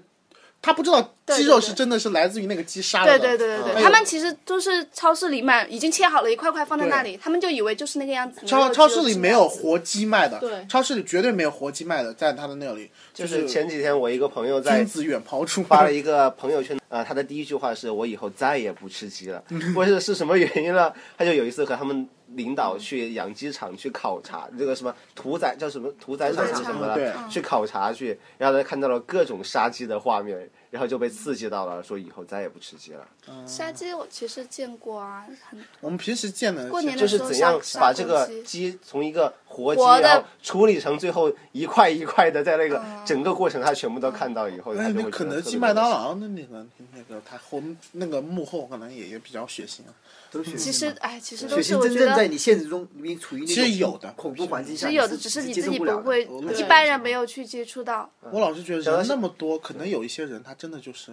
[SPEAKER 1] 他不知道
[SPEAKER 5] 对
[SPEAKER 1] 鸡
[SPEAKER 5] 对
[SPEAKER 1] 肉
[SPEAKER 5] 对
[SPEAKER 1] 是真的是来自于那个鸡杀的，
[SPEAKER 5] 对对对
[SPEAKER 2] 嗯
[SPEAKER 5] 对
[SPEAKER 1] 哎呦
[SPEAKER 5] 对，他们其实都是超市里买，已经切好了一块块放在那里，他们就以为就是那个样子。没
[SPEAKER 1] 超
[SPEAKER 5] 有
[SPEAKER 1] 超
[SPEAKER 5] 就
[SPEAKER 1] 市
[SPEAKER 5] 是
[SPEAKER 1] 里
[SPEAKER 5] 那
[SPEAKER 1] 没
[SPEAKER 5] 样
[SPEAKER 1] 有
[SPEAKER 5] 子
[SPEAKER 1] 活鸡卖的，
[SPEAKER 4] 对
[SPEAKER 1] 超市里绝对没有活鸡卖的，在他的那里就
[SPEAKER 6] 就是前几天我一个朋友在
[SPEAKER 1] 君子远庖厨，
[SPEAKER 6] 发 了一个朋友圈，呃，他的第一句话是我以后再也不吃鸡 了。我是是什么原因呢？他就有一次和他们领导去养鸡场去考察，这个什么屠宰叫什么屠宰场还是什么
[SPEAKER 1] 对
[SPEAKER 6] 的，去考察去，然后他看到了各种杀鸡的画面，然后就被刺激到了，说以后再也不吃鸡了。
[SPEAKER 1] 嗯
[SPEAKER 2] 嗯
[SPEAKER 5] 杀鸡，我其实见过啊，很
[SPEAKER 1] 我们平时见的
[SPEAKER 5] 过年
[SPEAKER 1] 就
[SPEAKER 5] 的
[SPEAKER 6] 就是
[SPEAKER 5] 时
[SPEAKER 6] 是
[SPEAKER 5] 候
[SPEAKER 6] 怎样
[SPEAKER 5] 杀
[SPEAKER 6] 把这个
[SPEAKER 5] 杀公鸡
[SPEAKER 6] 鸡从一个活鸡，
[SPEAKER 5] 活的
[SPEAKER 6] 然后处理成最后一块一块的，在那个整个过程他全部都看到以后，他
[SPEAKER 1] 那
[SPEAKER 6] 就
[SPEAKER 1] 哎
[SPEAKER 6] 会觉
[SPEAKER 1] 那
[SPEAKER 6] 得
[SPEAKER 1] 肯
[SPEAKER 6] 特
[SPEAKER 1] 德
[SPEAKER 6] 别
[SPEAKER 1] 基、
[SPEAKER 6] 的
[SPEAKER 1] 麦当
[SPEAKER 6] 恶心
[SPEAKER 1] 劳那那个那个他后那个幕后可能也也比较血腥啊。
[SPEAKER 2] 都血
[SPEAKER 5] 其
[SPEAKER 2] 腥。
[SPEAKER 5] 实，哎，其实
[SPEAKER 2] 血
[SPEAKER 5] 都是
[SPEAKER 2] 腥
[SPEAKER 5] 我
[SPEAKER 2] 真
[SPEAKER 5] 觉
[SPEAKER 2] 正在
[SPEAKER 5] 得，
[SPEAKER 2] 你现实中，你处于那
[SPEAKER 1] 其实
[SPEAKER 2] 种
[SPEAKER 1] 有的
[SPEAKER 2] 恐怖环境下，
[SPEAKER 5] 是
[SPEAKER 2] 你
[SPEAKER 5] 有的，只是
[SPEAKER 2] 你
[SPEAKER 5] 你
[SPEAKER 2] 接
[SPEAKER 5] 自
[SPEAKER 2] 受
[SPEAKER 5] 己
[SPEAKER 2] 不了
[SPEAKER 5] 不
[SPEAKER 2] 的
[SPEAKER 5] 会
[SPEAKER 1] 我，
[SPEAKER 5] 一
[SPEAKER 1] 对
[SPEAKER 5] 般人没有去接触到。
[SPEAKER 2] 嗯
[SPEAKER 1] 我老是觉得
[SPEAKER 6] 到
[SPEAKER 1] 人
[SPEAKER 6] 现
[SPEAKER 1] 那么多，可能有一些人他真的就是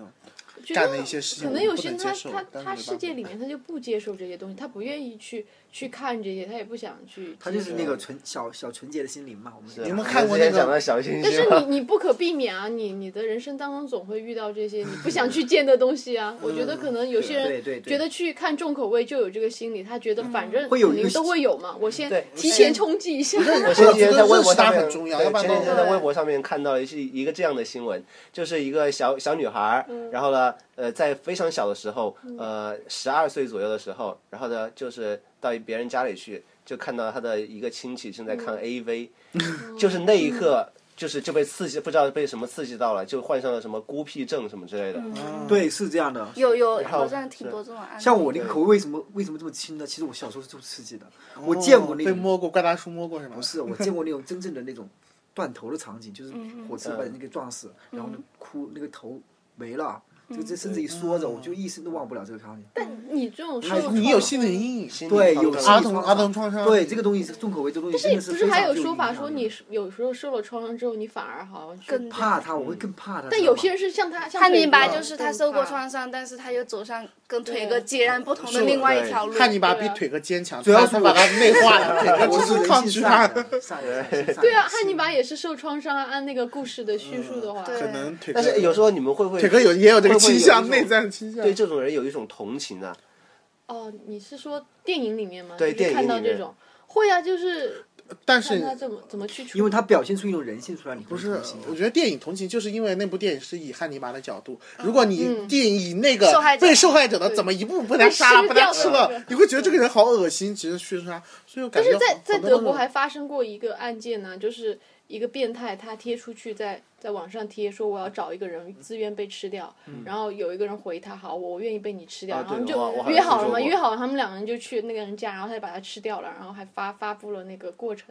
[SPEAKER 4] 觉
[SPEAKER 1] 干
[SPEAKER 4] 得
[SPEAKER 1] 了一些事情
[SPEAKER 4] 可
[SPEAKER 1] 我
[SPEAKER 4] 能
[SPEAKER 1] 们
[SPEAKER 4] 有
[SPEAKER 1] 不
[SPEAKER 4] 些人
[SPEAKER 1] 能
[SPEAKER 4] 他
[SPEAKER 1] 接受
[SPEAKER 4] 他
[SPEAKER 1] 但是
[SPEAKER 4] 他
[SPEAKER 1] 没
[SPEAKER 4] 世
[SPEAKER 1] 办
[SPEAKER 4] 界
[SPEAKER 1] 法
[SPEAKER 4] 里面他就不接受这些东西，他不愿意去去看这些，他也不想去。
[SPEAKER 2] 他就是那个纯小小纯洁的心灵嘛。我们
[SPEAKER 6] 是
[SPEAKER 1] 你
[SPEAKER 2] 们
[SPEAKER 1] 们看过
[SPEAKER 6] 之前
[SPEAKER 1] 那个
[SPEAKER 6] 讲到小星
[SPEAKER 4] 但是
[SPEAKER 6] 星吗？
[SPEAKER 4] 你你不可避免啊，你你的人生当中总会遇到这些你不想去见的东西啊。我觉得可能有些
[SPEAKER 2] 嗯对对
[SPEAKER 4] 人
[SPEAKER 2] 对
[SPEAKER 4] 觉得去看重口味就有这个心理，他觉得
[SPEAKER 5] 嗯
[SPEAKER 4] 反正
[SPEAKER 2] 会有
[SPEAKER 4] 肯
[SPEAKER 2] 一个
[SPEAKER 4] 定都会有嘛，我先
[SPEAKER 6] 对
[SPEAKER 4] 提前冲击一下。
[SPEAKER 6] 我前几天在微博上
[SPEAKER 1] 这个认识
[SPEAKER 6] 面，
[SPEAKER 1] 大很重要
[SPEAKER 6] 对
[SPEAKER 1] 要不然
[SPEAKER 6] 前几天
[SPEAKER 4] 都
[SPEAKER 6] 在微博上面看到了是一个这样的新闻，就是一个小小女孩儿，然后呢，呃，在非常小的时候，呃，十二岁左右的时候，然后呢，就是到别人家里去，就看到她的一个亲戚正在看 AV，、就是 那一刻。就是就被刺激，不知道被什么刺激到了，就患上了什么孤僻症什么之类的。
[SPEAKER 2] 对是这样的。
[SPEAKER 5] 有有，
[SPEAKER 6] 后
[SPEAKER 5] 好像挺多这种案例。
[SPEAKER 2] 像我那个口味为什么为什么这么轻呢？其实我小时候是这么刺激的，我见过那
[SPEAKER 1] 哦被
[SPEAKER 2] 种
[SPEAKER 1] 摸过，怪大叔摸过是吗？
[SPEAKER 2] 不是，我见过那种真正的那种断头的场景，就是火
[SPEAKER 1] 嗯
[SPEAKER 2] 车把人给撞死，然后呢哭那个头没了，就这身子一缩
[SPEAKER 1] 嗯
[SPEAKER 2] 着，我就一生都忘不了这个场景。
[SPEAKER 4] 你这种受
[SPEAKER 2] 还
[SPEAKER 4] 创
[SPEAKER 1] 你有心理阴影，
[SPEAKER 6] 心理
[SPEAKER 2] 对，
[SPEAKER 6] 创
[SPEAKER 2] 有
[SPEAKER 6] 伤啊
[SPEAKER 2] 心
[SPEAKER 1] 儿童
[SPEAKER 2] 理创
[SPEAKER 1] 儿童创伤
[SPEAKER 2] 对这个东西是重口味，这东西真的
[SPEAKER 4] 不
[SPEAKER 2] 非
[SPEAKER 4] 是
[SPEAKER 2] 常
[SPEAKER 4] 还有
[SPEAKER 2] 具
[SPEAKER 4] 说法
[SPEAKER 2] 影响
[SPEAKER 4] 说
[SPEAKER 2] 力
[SPEAKER 4] 你
[SPEAKER 2] 的
[SPEAKER 4] 是有时候受了创伤之后，你反而好像去
[SPEAKER 5] 更
[SPEAKER 2] 怕他，
[SPEAKER 1] 嗯
[SPEAKER 2] 我会更怕他。
[SPEAKER 4] 但
[SPEAKER 2] 知道
[SPEAKER 4] 有
[SPEAKER 2] 吗
[SPEAKER 4] 些人是像他，像
[SPEAKER 5] 他
[SPEAKER 4] 腿
[SPEAKER 5] 明白，
[SPEAKER 4] 哥
[SPEAKER 5] 就是他
[SPEAKER 4] 更
[SPEAKER 5] 受过
[SPEAKER 4] 怕
[SPEAKER 5] 创伤，但是他又走上跟腿
[SPEAKER 4] 对
[SPEAKER 5] 哥截然不同的另外一条路。
[SPEAKER 1] 汉尼拔
[SPEAKER 4] 对
[SPEAKER 1] 比
[SPEAKER 4] 啊
[SPEAKER 1] 腿哥坚强，
[SPEAKER 2] 主要
[SPEAKER 1] 他
[SPEAKER 2] 是
[SPEAKER 1] 他
[SPEAKER 2] 我
[SPEAKER 1] 把他内化了，腿哥
[SPEAKER 2] 我
[SPEAKER 1] 只
[SPEAKER 2] 是
[SPEAKER 1] 是
[SPEAKER 2] 人
[SPEAKER 1] 抗
[SPEAKER 2] 性
[SPEAKER 1] 拒
[SPEAKER 2] 善
[SPEAKER 1] 他。
[SPEAKER 2] 良，善良，人性善
[SPEAKER 4] 对啊，
[SPEAKER 2] 良
[SPEAKER 4] 汉尼拔也是受创伤啊。按那个故事的叙述的话，
[SPEAKER 5] 嗯对
[SPEAKER 1] 可能腿哥，
[SPEAKER 6] 但是有时候你们会不会
[SPEAKER 1] 腿哥有也有这个
[SPEAKER 6] 会不会
[SPEAKER 1] 倾
[SPEAKER 6] 有
[SPEAKER 1] 向，
[SPEAKER 6] 一种
[SPEAKER 1] 内在的倾向。
[SPEAKER 6] 对这种人有一种同情啊？
[SPEAKER 4] 哦，你是说电影里面吗？
[SPEAKER 6] 对
[SPEAKER 4] 你是
[SPEAKER 6] 电影
[SPEAKER 4] 看到
[SPEAKER 6] 里面
[SPEAKER 4] 这种会啊，就是
[SPEAKER 1] 但
[SPEAKER 4] 看
[SPEAKER 1] 是
[SPEAKER 4] 他怎么怎么去处理。
[SPEAKER 2] 因为他表现出一种人性出来，你不
[SPEAKER 1] 不是，我觉得电影同情就是因为那部电影是以汉尼拔的角度，如果你电影以那个
[SPEAKER 5] 受害者
[SPEAKER 1] 被受害者的
[SPEAKER 4] 对
[SPEAKER 1] 怎么一步步被他杀了、被
[SPEAKER 4] 吃
[SPEAKER 1] 他
[SPEAKER 4] 掉的
[SPEAKER 1] 吃了
[SPEAKER 4] 那个，
[SPEAKER 1] 你会觉得这个人好恶心，其实叙述他，所以我感
[SPEAKER 4] 但
[SPEAKER 1] 觉
[SPEAKER 4] 是在
[SPEAKER 1] 好
[SPEAKER 4] 在
[SPEAKER 1] 好多
[SPEAKER 4] 德
[SPEAKER 1] 那
[SPEAKER 4] 国
[SPEAKER 1] 种
[SPEAKER 4] 还发生过一个案件呢，就是一个变态他贴出去在在网上贴说我要找一个人自愿被吃掉，然后有一个人回他好我愿意被你吃掉，
[SPEAKER 6] 啊
[SPEAKER 4] 然后
[SPEAKER 6] 对我我好
[SPEAKER 4] 就
[SPEAKER 6] 像
[SPEAKER 4] 约好了
[SPEAKER 6] 听说
[SPEAKER 4] 嘛，
[SPEAKER 6] 过
[SPEAKER 4] 约好了他们两个人就去那个人家，然后他就把他吃掉了，然后还发发布了那个过程。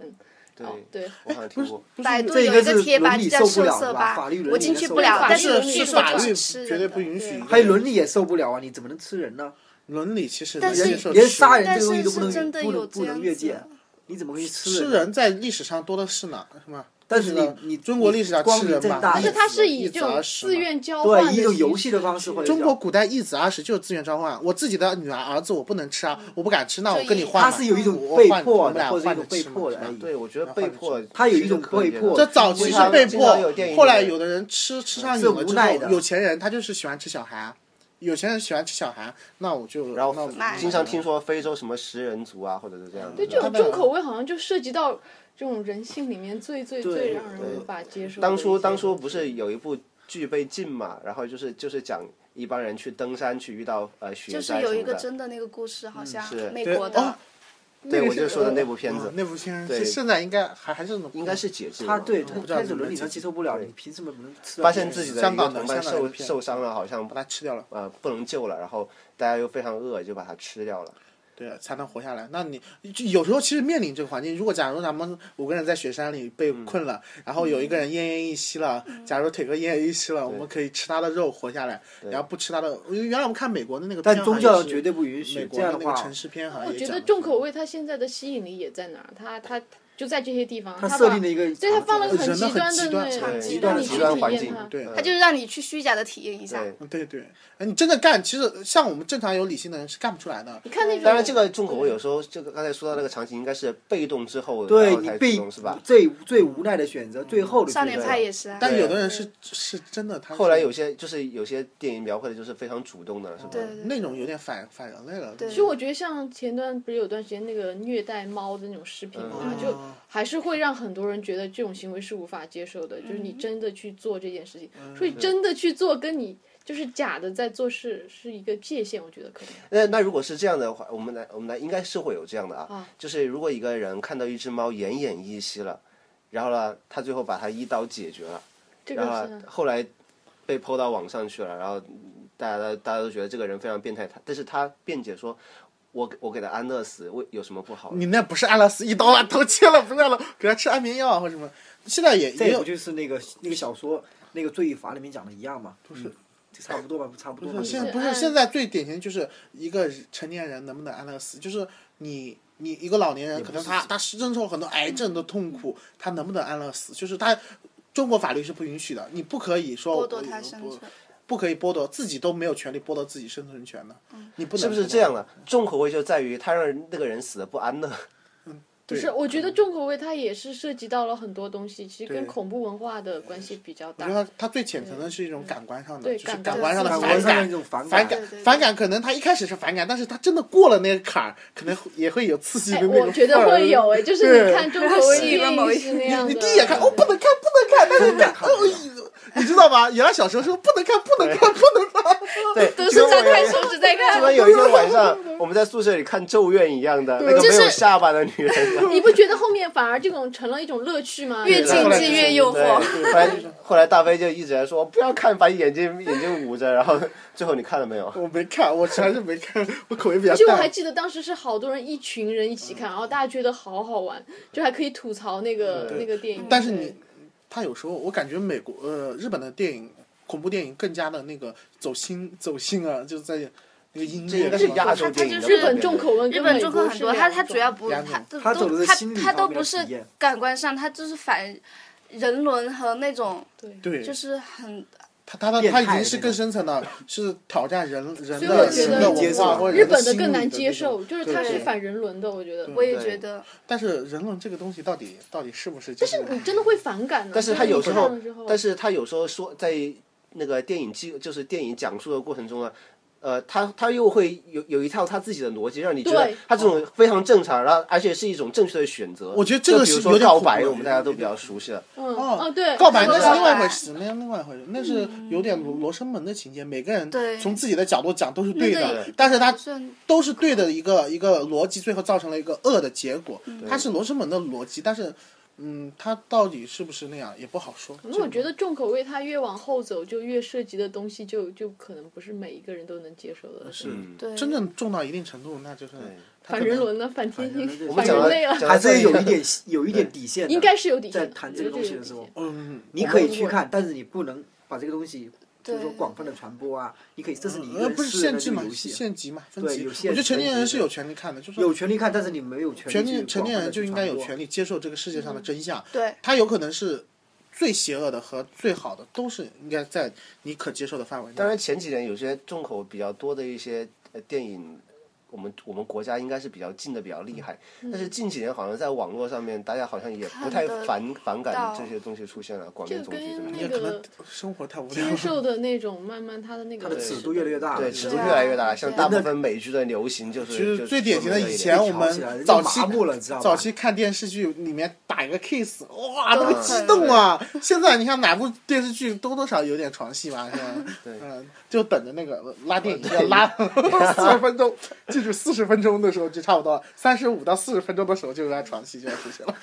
[SPEAKER 6] 对，
[SPEAKER 4] 哦对，
[SPEAKER 6] 我好像
[SPEAKER 1] 哎不
[SPEAKER 6] 听
[SPEAKER 1] 是
[SPEAKER 6] 过。
[SPEAKER 1] 不是
[SPEAKER 5] 百
[SPEAKER 1] 你
[SPEAKER 5] 度
[SPEAKER 2] 这
[SPEAKER 5] 有
[SPEAKER 2] 个
[SPEAKER 5] 一
[SPEAKER 2] 是
[SPEAKER 5] 个贴吧
[SPEAKER 2] 伦理
[SPEAKER 5] 就叫
[SPEAKER 2] 受不
[SPEAKER 5] 受
[SPEAKER 2] 了
[SPEAKER 5] 色
[SPEAKER 2] 的吧
[SPEAKER 5] 吧
[SPEAKER 2] 法律，伦
[SPEAKER 5] 我
[SPEAKER 2] 理
[SPEAKER 5] 进
[SPEAKER 2] 也
[SPEAKER 5] 去
[SPEAKER 2] 受
[SPEAKER 5] 不
[SPEAKER 2] 不
[SPEAKER 5] 了
[SPEAKER 2] 了，
[SPEAKER 5] 但
[SPEAKER 1] 是
[SPEAKER 5] 伦
[SPEAKER 1] 是
[SPEAKER 5] 理
[SPEAKER 1] 法
[SPEAKER 5] 说
[SPEAKER 1] 律
[SPEAKER 5] 禁吃
[SPEAKER 1] 绝对
[SPEAKER 5] 人
[SPEAKER 1] 不允许
[SPEAKER 5] 对
[SPEAKER 1] 的
[SPEAKER 2] 还有伦理也受不了啊！你怎么能吃人呢？
[SPEAKER 1] 伦理其实
[SPEAKER 5] 但
[SPEAKER 1] 能
[SPEAKER 5] 是
[SPEAKER 1] 接受
[SPEAKER 2] 连
[SPEAKER 1] 吃
[SPEAKER 2] 杀人
[SPEAKER 5] 但
[SPEAKER 2] 这个东西
[SPEAKER 5] 是
[SPEAKER 2] 都不
[SPEAKER 5] 是
[SPEAKER 2] 能
[SPEAKER 5] 真的
[SPEAKER 2] 不
[SPEAKER 5] 有
[SPEAKER 2] 能
[SPEAKER 5] 这
[SPEAKER 2] 不
[SPEAKER 5] 样
[SPEAKER 2] 能越界
[SPEAKER 5] 子，，
[SPEAKER 2] 你怎么可以吃
[SPEAKER 1] 吃人在历史上多的是呢，是吗？
[SPEAKER 2] 但是
[SPEAKER 1] 这个
[SPEAKER 2] 你你
[SPEAKER 1] 中国历史上
[SPEAKER 2] 光
[SPEAKER 1] 吃
[SPEAKER 2] 明
[SPEAKER 1] 人
[SPEAKER 2] 正
[SPEAKER 1] 嘛
[SPEAKER 2] 大
[SPEAKER 1] 但
[SPEAKER 4] 但是
[SPEAKER 2] 的
[SPEAKER 4] 他
[SPEAKER 2] 死
[SPEAKER 4] 是
[SPEAKER 1] 一
[SPEAKER 4] 以
[SPEAKER 1] 子
[SPEAKER 4] 这种
[SPEAKER 1] 而食
[SPEAKER 4] 自
[SPEAKER 1] 嘛
[SPEAKER 4] 愿交
[SPEAKER 2] 对
[SPEAKER 4] 换
[SPEAKER 2] 以一种游
[SPEAKER 4] 形
[SPEAKER 2] 戏的
[SPEAKER 4] 式
[SPEAKER 2] 方式或者
[SPEAKER 4] 去
[SPEAKER 1] 中国古代一子二十就是自愿交换，我自己的女儿儿子我不能吃啊，我不敢吃，那我跟你换嘛。
[SPEAKER 2] 他是有一种
[SPEAKER 1] 我
[SPEAKER 2] 被
[SPEAKER 1] 换
[SPEAKER 2] 迫
[SPEAKER 1] 我们
[SPEAKER 2] 的，
[SPEAKER 1] 俩
[SPEAKER 2] 或者一
[SPEAKER 1] 换着
[SPEAKER 2] 种被
[SPEAKER 1] 吃嘛
[SPEAKER 2] 迫的嗯
[SPEAKER 1] 是吧
[SPEAKER 2] 而已。
[SPEAKER 6] 对，我觉得被迫，
[SPEAKER 2] 他有一种被迫
[SPEAKER 1] 这
[SPEAKER 2] 的
[SPEAKER 1] 早期是被迫，后来有的人吃吃上瘾
[SPEAKER 2] 是
[SPEAKER 1] 了
[SPEAKER 2] 无
[SPEAKER 1] 之
[SPEAKER 2] 奈
[SPEAKER 1] 后，
[SPEAKER 2] 的
[SPEAKER 1] 有钱人他就是喜欢吃小孩啊，有钱人喜欢吃小孩，那我就
[SPEAKER 6] 然
[SPEAKER 1] 那
[SPEAKER 6] 后
[SPEAKER 1] 我
[SPEAKER 5] 买
[SPEAKER 6] 经常听说非洲什么食人族啊，或者是这样的。
[SPEAKER 4] 对
[SPEAKER 6] 是吧
[SPEAKER 4] 这种重口味好像就涉及到这种人性里面最最最让人无法接受的一些。
[SPEAKER 6] 当初当初不是有一部剧被禁嘛，然后就是就是讲一帮人去登山去遇到呃雪
[SPEAKER 5] 就
[SPEAKER 6] 灾
[SPEAKER 5] 是
[SPEAKER 6] 什
[SPEAKER 5] 有一
[SPEAKER 6] 么
[SPEAKER 5] 个
[SPEAKER 6] 的。
[SPEAKER 5] 真的那个故事，好像
[SPEAKER 6] 是
[SPEAKER 5] 美
[SPEAKER 1] 对
[SPEAKER 5] 国
[SPEAKER 1] 哦
[SPEAKER 5] 的，
[SPEAKER 6] 对，我就说的那部片
[SPEAKER 1] 啊
[SPEAKER 6] 子
[SPEAKER 1] 那部片
[SPEAKER 6] 对
[SPEAKER 1] 是现在应该还还是应
[SPEAKER 6] 应该是解
[SPEAKER 2] 嗯
[SPEAKER 6] 禁
[SPEAKER 2] 他
[SPEAKER 6] 了。
[SPEAKER 2] 对
[SPEAKER 6] 嗯
[SPEAKER 2] 他
[SPEAKER 1] 不知道
[SPEAKER 2] 开始
[SPEAKER 1] 能不
[SPEAKER 2] 伦
[SPEAKER 1] 能
[SPEAKER 2] 理
[SPEAKER 1] 接
[SPEAKER 2] 上
[SPEAKER 1] 受
[SPEAKER 2] 接受不了，
[SPEAKER 6] 对
[SPEAKER 2] 你凭什么不能吃到别人？
[SPEAKER 6] 发现自己的
[SPEAKER 1] 香
[SPEAKER 6] 一个
[SPEAKER 1] 港的
[SPEAKER 6] 同伴
[SPEAKER 1] 香港的
[SPEAKER 6] 受
[SPEAKER 1] 片
[SPEAKER 6] 受伤了，好像
[SPEAKER 1] 把它吃掉了，
[SPEAKER 6] 呃不能救了，然后大家又非常饿，就把它吃掉了。
[SPEAKER 1] 对，才能活下来。那你就有时候其实面临这个环境，如果假如咱们五个人在雪山里被困了，
[SPEAKER 2] 嗯
[SPEAKER 1] 然后有一个人奄奄一息了，假如腿哥奄奄一息了，我们可以吃他的肉活下来，然后不吃他的。因为原来我们看美国的那个片
[SPEAKER 2] 但
[SPEAKER 1] 好像
[SPEAKER 2] 宗
[SPEAKER 1] 也是，
[SPEAKER 2] 教绝对不允
[SPEAKER 1] 美
[SPEAKER 2] 许。这
[SPEAKER 1] 国的
[SPEAKER 2] 样
[SPEAKER 1] 那
[SPEAKER 2] 的
[SPEAKER 1] 个
[SPEAKER 2] 话，
[SPEAKER 1] 城市
[SPEAKER 6] 啊
[SPEAKER 1] 片好像
[SPEAKER 4] 我
[SPEAKER 1] 也
[SPEAKER 4] 觉
[SPEAKER 1] 讲
[SPEAKER 4] 得
[SPEAKER 1] 了
[SPEAKER 4] 重口味它现在的吸引力也在哪儿？它它就在这些地方，
[SPEAKER 2] 他
[SPEAKER 4] 它
[SPEAKER 2] 设
[SPEAKER 4] 把
[SPEAKER 2] 定了一个
[SPEAKER 4] 对它放了
[SPEAKER 1] 人
[SPEAKER 4] 很
[SPEAKER 1] 的很极端
[SPEAKER 4] 极端的
[SPEAKER 5] 场
[SPEAKER 4] 那
[SPEAKER 5] 景极
[SPEAKER 4] 极
[SPEAKER 5] 端
[SPEAKER 4] 端
[SPEAKER 5] 极端
[SPEAKER 6] 环
[SPEAKER 4] 体验啊
[SPEAKER 6] 境
[SPEAKER 4] 它。
[SPEAKER 1] 对
[SPEAKER 5] 他就是让你去虚假的体验一下。
[SPEAKER 6] 呃对，
[SPEAKER 1] 嗯，对对，哎，你真的干，其实像我们正常有理性的人是干不出来的。
[SPEAKER 4] 你看那种，
[SPEAKER 6] 当然这个重口味有时候这个刚才说到那个场景应该是被动之后，然
[SPEAKER 2] 对
[SPEAKER 6] 后
[SPEAKER 2] 你
[SPEAKER 6] 才
[SPEAKER 2] 被
[SPEAKER 6] 主动是吧？
[SPEAKER 2] 最最无奈的选择，最后的
[SPEAKER 5] 少年
[SPEAKER 2] 选择
[SPEAKER 5] 派也是啊，
[SPEAKER 1] 但有的人是是真的，他
[SPEAKER 6] 后来
[SPEAKER 1] 是
[SPEAKER 6] 有些就是有些电影描绘的就是非常主动的，是吧？
[SPEAKER 5] 对对对
[SPEAKER 1] 那种有点反反人类了。
[SPEAKER 5] 对
[SPEAKER 4] 其实我觉得像前段不是有段时间那个虐待猫的那种视频嘛，
[SPEAKER 1] 嗯
[SPEAKER 4] 就还是会让很多人觉得这种行为是无法接受的，就是
[SPEAKER 6] 嗯
[SPEAKER 4] 你真的去做这件事情，所以真的去做跟你就是假的在做事是一个界限，我觉得可能。
[SPEAKER 6] 那那如果是这样的话，我们来我们来应该是会有这样的啊，就是如果一个人看到一只猫奄奄一息了，然后呢，他最后把它一刀解决了，
[SPEAKER 4] 这个
[SPEAKER 6] 然后
[SPEAKER 4] 是
[SPEAKER 6] 呢后来被抛到网上去了，然后大家大家都觉得这个人非常变态，他但是他辩解说。我我给他安乐死，为有什么不好？
[SPEAKER 1] 你那不是安乐死，一刀把头切了，不要了，给他吃安眠药或什么。现在也也
[SPEAKER 2] 这
[SPEAKER 1] 有
[SPEAKER 2] 不就是那个那个小说那个《罪与罚》里面讲的一样嘛？不是，就差不多吧，差不多吧。
[SPEAKER 1] 现在
[SPEAKER 2] 对吧
[SPEAKER 1] 不是
[SPEAKER 4] 按
[SPEAKER 1] 现在最典型就是一个成年人能不能安乐死，就是你你一个老年人，可能他他失症之后很多癌症的痛苦，他能不能安乐死？就是他中国法律是不允许的，你不可以说
[SPEAKER 5] 剥
[SPEAKER 1] 我
[SPEAKER 5] 夺他
[SPEAKER 1] 我
[SPEAKER 5] 生
[SPEAKER 1] 不
[SPEAKER 5] 存。
[SPEAKER 1] 不可以剥夺自己都没有权利剥夺自己生存权的，
[SPEAKER 4] 嗯
[SPEAKER 1] 你不能
[SPEAKER 6] 是不是这样？的？重口味就在于他让那个人死的不安乐。
[SPEAKER 4] 不是，我觉得重口味它也是涉及到了很多东西，其实跟
[SPEAKER 1] 对
[SPEAKER 4] 恐怖文化的关系比较
[SPEAKER 1] 我
[SPEAKER 4] 大
[SPEAKER 1] 觉。得它最浅层的是一种感官上的，
[SPEAKER 4] 对
[SPEAKER 1] 就是
[SPEAKER 4] 感
[SPEAKER 1] 感
[SPEAKER 4] 官
[SPEAKER 1] 官上的
[SPEAKER 2] 感
[SPEAKER 1] 反
[SPEAKER 2] 官
[SPEAKER 1] 感，
[SPEAKER 2] 上的那种反
[SPEAKER 1] 反
[SPEAKER 2] 感
[SPEAKER 1] 感
[SPEAKER 5] 对对对
[SPEAKER 1] 反感，可能他一开始是反感，但是他真的过了那个坎儿，可能会也会有刺激的
[SPEAKER 4] 哎，
[SPEAKER 1] 那种、
[SPEAKER 4] 我觉得会。有哎，就是你看中国微电影是那样
[SPEAKER 1] 你
[SPEAKER 4] 的，
[SPEAKER 1] 第一眼看，哦，不能看，不能看，但是你看，哦，你知道吧？原来小时候说不能看，不能看，不能看，
[SPEAKER 6] 对，
[SPEAKER 5] 都是在看手指在
[SPEAKER 6] 就
[SPEAKER 5] 看，
[SPEAKER 6] 跟有一天晚上我们在宿舍里看《咒怨》一样的，那个没有下巴的女 人。
[SPEAKER 4] 你不觉得后面反而这种成了一种乐趣吗？
[SPEAKER 5] 越
[SPEAKER 6] 对
[SPEAKER 5] 禁忌越诱惑。
[SPEAKER 6] 对，反正后来大飞就一直在说不要看，把眼睛眼睛捂着，然后最后你看了 没
[SPEAKER 4] 嗯
[SPEAKER 6] 有？
[SPEAKER 1] 哎我没看，我实在是没看，我口味比较
[SPEAKER 4] 而且我还
[SPEAKER 1] 淡。
[SPEAKER 4] 记得当时是好多人一群人一起看，然后大家觉得好好玩，就还可以吐槽那个那个电影。
[SPEAKER 1] 但是你，他有时候我感觉美国呃日本的电影恐怖电影更加的那个走心走心啊，就是在那个音
[SPEAKER 6] 这应
[SPEAKER 1] 乐
[SPEAKER 6] 该
[SPEAKER 1] 什
[SPEAKER 6] 是
[SPEAKER 1] 么
[SPEAKER 6] 亚
[SPEAKER 1] 的。
[SPEAKER 6] 洲电影的
[SPEAKER 5] 它它就是
[SPEAKER 4] 日本重口味
[SPEAKER 5] 日
[SPEAKER 4] 跟
[SPEAKER 5] 本
[SPEAKER 4] 美
[SPEAKER 5] 中
[SPEAKER 4] 国
[SPEAKER 5] 国
[SPEAKER 4] 是
[SPEAKER 5] 很多，
[SPEAKER 4] 两
[SPEAKER 5] 他他
[SPEAKER 4] 种
[SPEAKER 5] 主要不，
[SPEAKER 1] 两
[SPEAKER 5] 他
[SPEAKER 1] 种
[SPEAKER 5] 都
[SPEAKER 2] 他走的
[SPEAKER 5] 都
[SPEAKER 2] 是
[SPEAKER 5] 他
[SPEAKER 2] 心理
[SPEAKER 5] 他都
[SPEAKER 2] 方面
[SPEAKER 5] 不
[SPEAKER 2] 的
[SPEAKER 5] 是
[SPEAKER 2] 体验
[SPEAKER 5] 感官上，他就是反人伦和那种，
[SPEAKER 1] 对，
[SPEAKER 5] 就是很
[SPEAKER 1] 他他的
[SPEAKER 2] 变
[SPEAKER 1] 他已
[SPEAKER 2] 态
[SPEAKER 1] 经是更深层的，是挑战人人
[SPEAKER 4] 所以我
[SPEAKER 1] 的
[SPEAKER 4] 觉
[SPEAKER 1] 人
[SPEAKER 4] 得
[SPEAKER 1] 的
[SPEAKER 2] 接
[SPEAKER 1] 文
[SPEAKER 2] 受
[SPEAKER 1] 化或者
[SPEAKER 4] 日
[SPEAKER 1] 人
[SPEAKER 4] 本
[SPEAKER 1] 心理
[SPEAKER 4] 的更难
[SPEAKER 1] 的
[SPEAKER 4] 接
[SPEAKER 1] 这种
[SPEAKER 4] 受，就是它是
[SPEAKER 5] 对
[SPEAKER 4] 反人伦的，我觉得。
[SPEAKER 5] 我也
[SPEAKER 6] 对
[SPEAKER 5] 觉得
[SPEAKER 1] 但是人伦这个东西到底到底是不是？
[SPEAKER 4] 但是你真的会反感的。
[SPEAKER 6] 但是
[SPEAKER 4] 就
[SPEAKER 6] 他有时候
[SPEAKER 4] 你看了之后，
[SPEAKER 6] 但是他有时候说在那个电影记，就是电影讲述的过程中呢，呃，他他又会有有一套他自己的逻辑，让你觉得
[SPEAKER 4] 对
[SPEAKER 6] 他这种非常正常，然后而且是一种正确的选择。
[SPEAKER 1] 我觉得这个
[SPEAKER 6] 就比如
[SPEAKER 1] 是
[SPEAKER 6] 说
[SPEAKER 1] 有点
[SPEAKER 6] 告
[SPEAKER 1] 恐怖
[SPEAKER 6] 白，
[SPEAKER 1] 的
[SPEAKER 6] 我们大家都比较熟悉了。
[SPEAKER 4] 嗯哦对，
[SPEAKER 1] 告白那
[SPEAKER 5] 对
[SPEAKER 1] 是另外一
[SPEAKER 5] 告
[SPEAKER 1] 回
[SPEAKER 5] 白
[SPEAKER 1] 事，那是另外一回事，那是有点
[SPEAKER 4] 嗯
[SPEAKER 1] 罗罗生门的情节，每个人
[SPEAKER 5] 对
[SPEAKER 1] 从自己的角度讲都是对
[SPEAKER 5] 那
[SPEAKER 1] 的
[SPEAKER 5] 个，
[SPEAKER 1] 但是他
[SPEAKER 5] 不是很
[SPEAKER 1] 都是对的一个一个逻辑，最后造成了一个恶的结果。
[SPEAKER 4] 嗯
[SPEAKER 1] 它是罗生门的逻辑，但是嗯，它到底是不是那样也不好说。
[SPEAKER 4] 可能我觉得重口味它越往后走，就越涉及的东西就就可能不是每一个人都能接受的。
[SPEAKER 1] 是
[SPEAKER 2] 嗯
[SPEAKER 5] 对
[SPEAKER 1] 真正重到一定程度，那就是
[SPEAKER 4] 反人伦呢，反天性，
[SPEAKER 2] 我
[SPEAKER 4] 反
[SPEAKER 2] 们
[SPEAKER 6] 讲
[SPEAKER 4] 人
[SPEAKER 6] 了
[SPEAKER 4] 类啊了，
[SPEAKER 6] 讲
[SPEAKER 2] 还是有一点有一点底线的，
[SPEAKER 4] 应该是有底线
[SPEAKER 2] 在
[SPEAKER 4] 的。
[SPEAKER 2] 谈
[SPEAKER 4] 我
[SPEAKER 2] 这
[SPEAKER 4] 觉
[SPEAKER 2] 个
[SPEAKER 4] 得
[SPEAKER 2] 东西
[SPEAKER 4] 有
[SPEAKER 2] 的时
[SPEAKER 4] 底
[SPEAKER 2] 候
[SPEAKER 4] 线，
[SPEAKER 1] 嗯，
[SPEAKER 2] 你可以去看，但是你不能把这个东西就是说
[SPEAKER 5] 对
[SPEAKER 2] 广泛的传播啊，你可以这是你一个
[SPEAKER 1] 呃，
[SPEAKER 2] 人
[SPEAKER 1] 不是
[SPEAKER 2] 私
[SPEAKER 1] 限
[SPEAKER 2] 人的
[SPEAKER 1] 制
[SPEAKER 2] 这个
[SPEAKER 1] 嘛，
[SPEAKER 2] 游戏，
[SPEAKER 1] 限级嘛，分
[SPEAKER 2] 对
[SPEAKER 1] 级。
[SPEAKER 2] 有
[SPEAKER 1] 我
[SPEAKER 2] 限
[SPEAKER 1] 觉得成
[SPEAKER 2] 分
[SPEAKER 1] 年
[SPEAKER 2] 级
[SPEAKER 1] 人是
[SPEAKER 2] 的
[SPEAKER 1] 有权利看的，就是
[SPEAKER 2] 有权利看，但是你没有权
[SPEAKER 1] 成
[SPEAKER 2] 利去
[SPEAKER 1] 年成年人就应该有权
[SPEAKER 2] 利。
[SPEAKER 1] 利接受这个世界
[SPEAKER 4] 嗯
[SPEAKER 1] 上的真相，
[SPEAKER 5] 对
[SPEAKER 1] 它有可能是最邪恶的和最好的，都是应该在你可接受的范围内
[SPEAKER 6] 当。然前几年有些重口比较多的一些呃电影，我们我们国家应该是比较禁的比较厉害，但是近几年好像在网络上面，大家好像也不太
[SPEAKER 5] 嗯看得
[SPEAKER 6] 反反感
[SPEAKER 5] 到
[SPEAKER 6] 这些东西出现了，广电
[SPEAKER 4] 就
[SPEAKER 6] 总局
[SPEAKER 4] 跟
[SPEAKER 6] 怎么
[SPEAKER 4] 那
[SPEAKER 1] 也
[SPEAKER 6] 样？
[SPEAKER 1] 可能
[SPEAKER 4] 个
[SPEAKER 1] 生活太无聊
[SPEAKER 4] 接
[SPEAKER 1] 了。
[SPEAKER 4] 受的那种，慢慢它的那个
[SPEAKER 2] 它的尺度越来越大了
[SPEAKER 6] 对，
[SPEAKER 2] 是吧
[SPEAKER 6] 尺度
[SPEAKER 5] 对
[SPEAKER 6] 越
[SPEAKER 5] 啊
[SPEAKER 6] 来越大，像大部
[SPEAKER 2] 那
[SPEAKER 6] 分美剧的流行就是
[SPEAKER 1] 其实
[SPEAKER 6] 就
[SPEAKER 1] 最典型的
[SPEAKER 6] 说明了
[SPEAKER 1] 以
[SPEAKER 6] 一点
[SPEAKER 1] 前我
[SPEAKER 2] 被挑起来
[SPEAKER 1] 们
[SPEAKER 2] 人
[SPEAKER 1] 早
[SPEAKER 2] 家
[SPEAKER 1] 期
[SPEAKER 2] 麻木了知道吧
[SPEAKER 1] 早期看电视剧里面打一个 kiss，哇，
[SPEAKER 2] 嗯
[SPEAKER 1] 那个
[SPEAKER 5] 对
[SPEAKER 1] 激动啊！现在你看哪部电视剧多多少有点床戏 吧，是吧？嗯，就等着那个拉电影要拉 四十分钟，记住四十分钟的时候就差不多，三十五到四十分钟的时候就是在床戏就要出现 了。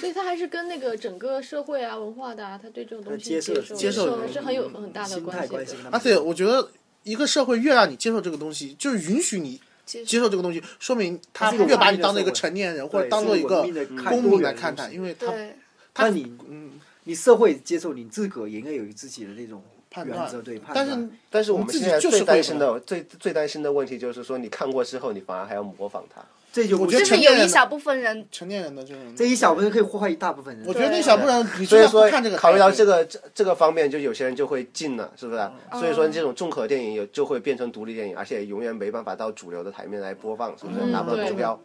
[SPEAKER 4] 所以它还是跟那个整个社会啊、文化的啊，它对这种东西
[SPEAKER 2] 呃接受
[SPEAKER 1] 接
[SPEAKER 4] 受接
[SPEAKER 1] 受的啊
[SPEAKER 4] 是很有很大的
[SPEAKER 2] 心态
[SPEAKER 4] 关
[SPEAKER 2] 关
[SPEAKER 4] 系
[SPEAKER 2] 系
[SPEAKER 4] 的。
[SPEAKER 2] 跟他
[SPEAKER 1] 而
[SPEAKER 2] 们
[SPEAKER 1] 且我觉得，一个社会越让你接受这个东西，就是允许你
[SPEAKER 5] 接
[SPEAKER 1] 接受这个东西，说明他
[SPEAKER 2] 它是一个
[SPEAKER 1] 越把
[SPEAKER 2] 文
[SPEAKER 1] 你
[SPEAKER 2] 明的
[SPEAKER 1] 当做一
[SPEAKER 2] 社
[SPEAKER 1] 个
[SPEAKER 2] 会
[SPEAKER 1] 成年人，
[SPEAKER 2] 对
[SPEAKER 1] 或者当做一
[SPEAKER 2] 是
[SPEAKER 1] 个
[SPEAKER 2] 文明的看
[SPEAKER 1] 公
[SPEAKER 2] 多
[SPEAKER 1] 民
[SPEAKER 2] 元
[SPEAKER 1] 来
[SPEAKER 2] 的
[SPEAKER 1] 看
[SPEAKER 2] 东
[SPEAKER 1] 待，
[SPEAKER 2] 西
[SPEAKER 1] 因为他
[SPEAKER 5] 对
[SPEAKER 2] 但你
[SPEAKER 1] 嗯
[SPEAKER 2] 你社会接受你自个儿也应该有自己的那种
[SPEAKER 1] 判
[SPEAKER 2] 原
[SPEAKER 1] 断
[SPEAKER 2] 则，对判
[SPEAKER 1] 但
[SPEAKER 2] 断。
[SPEAKER 1] 是
[SPEAKER 6] 但是我
[SPEAKER 1] 我
[SPEAKER 6] 们
[SPEAKER 1] 们自己
[SPEAKER 6] 现在
[SPEAKER 1] 就是
[SPEAKER 6] 最
[SPEAKER 1] 会
[SPEAKER 6] 担心
[SPEAKER 1] 有
[SPEAKER 6] 的、最最担心的问题就是说，你看过之后，你反而还要模仿他。
[SPEAKER 2] 这就
[SPEAKER 1] 我
[SPEAKER 2] 不
[SPEAKER 1] 觉得
[SPEAKER 5] 就
[SPEAKER 2] 行
[SPEAKER 5] 是有一小部分人
[SPEAKER 1] 成年人的这种
[SPEAKER 2] 这，一小部分可以祸害一大部分人。
[SPEAKER 1] 我觉得那小部分你
[SPEAKER 6] 所
[SPEAKER 1] 真
[SPEAKER 6] 以
[SPEAKER 1] 的不
[SPEAKER 6] 说
[SPEAKER 1] 看这个，
[SPEAKER 6] 考虑到这
[SPEAKER 1] 个，
[SPEAKER 6] 个这这个方面，就有些人就会禁了，是不是？所以说这种重口电影有就会变成独立电影，而且永远没办法到主流的台面来播放，是不是？
[SPEAKER 4] 嗯
[SPEAKER 6] 拿不到
[SPEAKER 4] 对
[SPEAKER 6] 目标。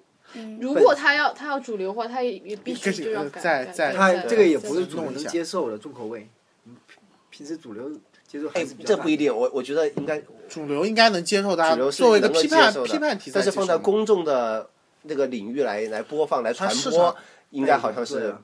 [SPEAKER 4] 如果他要他要主流化，他也也必须就要改
[SPEAKER 1] 在
[SPEAKER 4] 改
[SPEAKER 1] 在
[SPEAKER 4] 改
[SPEAKER 2] 他
[SPEAKER 4] 改
[SPEAKER 2] 哎这个也
[SPEAKER 4] 改
[SPEAKER 2] 不是主流
[SPEAKER 1] 弄一
[SPEAKER 2] 能
[SPEAKER 1] 下
[SPEAKER 2] 接受的重口味，平时主流接受还
[SPEAKER 6] 哎
[SPEAKER 2] 是比，较
[SPEAKER 6] 这
[SPEAKER 2] 大
[SPEAKER 6] 不一定，我我觉得应该
[SPEAKER 1] 主流应该能接受
[SPEAKER 6] 主
[SPEAKER 1] 大家
[SPEAKER 6] 流是
[SPEAKER 1] 作为一个
[SPEAKER 6] 能够
[SPEAKER 1] 批
[SPEAKER 6] 接
[SPEAKER 1] 判
[SPEAKER 6] 受的
[SPEAKER 1] 批判题材
[SPEAKER 6] 但
[SPEAKER 1] 接
[SPEAKER 6] 是
[SPEAKER 1] 受
[SPEAKER 6] 放
[SPEAKER 1] 的，
[SPEAKER 6] 在公众的那个领域来来播放、来传
[SPEAKER 1] 它市
[SPEAKER 6] 播
[SPEAKER 1] 场，
[SPEAKER 6] 应该好像
[SPEAKER 2] 对
[SPEAKER 6] 是
[SPEAKER 2] 啊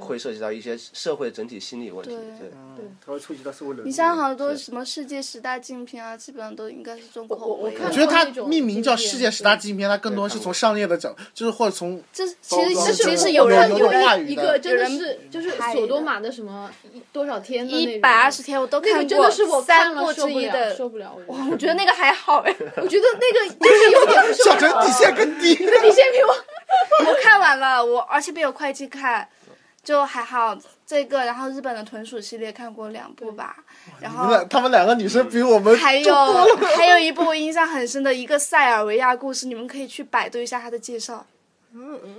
[SPEAKER 6] 会涉及到一些社会整体心理问题。对，
[SPEAKER 2] 嗯，它会触及到社会伦理。
[SPEAKER 5] 你像好多什么世界十大禁片啊，基本上都应该是重口味。
[SPEAKER 4] 我我看
[SPEAKER 1] 我
[SPEAKER 4] 过
[SPEAKER 1] 觉得它
[SPEAKER 4] 那种
[SPEAKER 1] 命名叫
[SPEAKER 4] 纪
[SPEAKER 1] 世
[SPEAKER 4] 录
[SPEAKER 1] 界
[SPEAKER 4] 片
[SPEAKER 1] 十大禁片，它更多是从商业的角，就是或者从
[SPEAKER 5] 这其
[SPEAKER 2] 包
[SPEAKER 5] 实
[SPEAKER 2] 装
[SPEAKER 5] 其
[SPEAKER 1] 就
[SPEAKER 5] 实
[SPEAKER 1] 是
[SPEAKER 5] 有
[SPEAKER 1] 我
[SPEAKER 5] 人
[SPEAKER 1] 我
[SPEAKER 5] 有
[SPEAKER 1] 我话
[SPEAKER 5] 人
[SPEAKER 1] 语
[SPEAKER 4] 一
[SPEAKER 1] 的
[SPEAKER 4] 个真的
[SPEAKER 5] 人
[SPEAKER 4] 是就是
[SPEAKER 5] 拍
[SPEAKER 4] 索多
[SPEAKER 5] 的
[SPEAKER 4] 玛的什么一多少天的
[SPEAKER 5] 一
[SPEAKER 4] 那
[SPEAKER 5] 百二
[SPEAKER 4] 种
[SPEAKER 5] 十天我都
[SPEAKER 4] 那
[SPEAKER 5] 看
[SPEAKER 4] 个真的是我看
[SPEAKER 5] 三
[SPEAKER 4] 了
[SPEAKER 5] 过
[SPEAKER 4] 受
[SPEAKER 5] 之
[SPEAKER 4] 不
[SPEAKER 5] 一
[SPEAKER 4] 了，受
[SPEAKER 5] 的。
[SPEAKER 4] 不了。我觉得
[SPEAKER 5] 我觉得那个还好哎，
[SPEAKER 4] 我觉得那个就是有点受
[SPEAKER 1] 小
[SPEAKER 4] 不
[SPEAKER 1] 陈
[SPEAKER 4] 了
[SPEAKER 1] 底线更低。
[SPEAKER 4] 你先比我。
[SPEAKER 5] 我看完了，我而且没有快进看，就还好这个，然后日本的豚鼠系列看过两部吧，然
[SPEAKER 1] 你们
[SPEAKER 5] 后
[SPEAKER 1] 俩，他们两个女生比我们
[SPEAKER 5] 还有还有一部我印象很深的一个塞尔维亚故事，你们可以去百度一下它的介绍。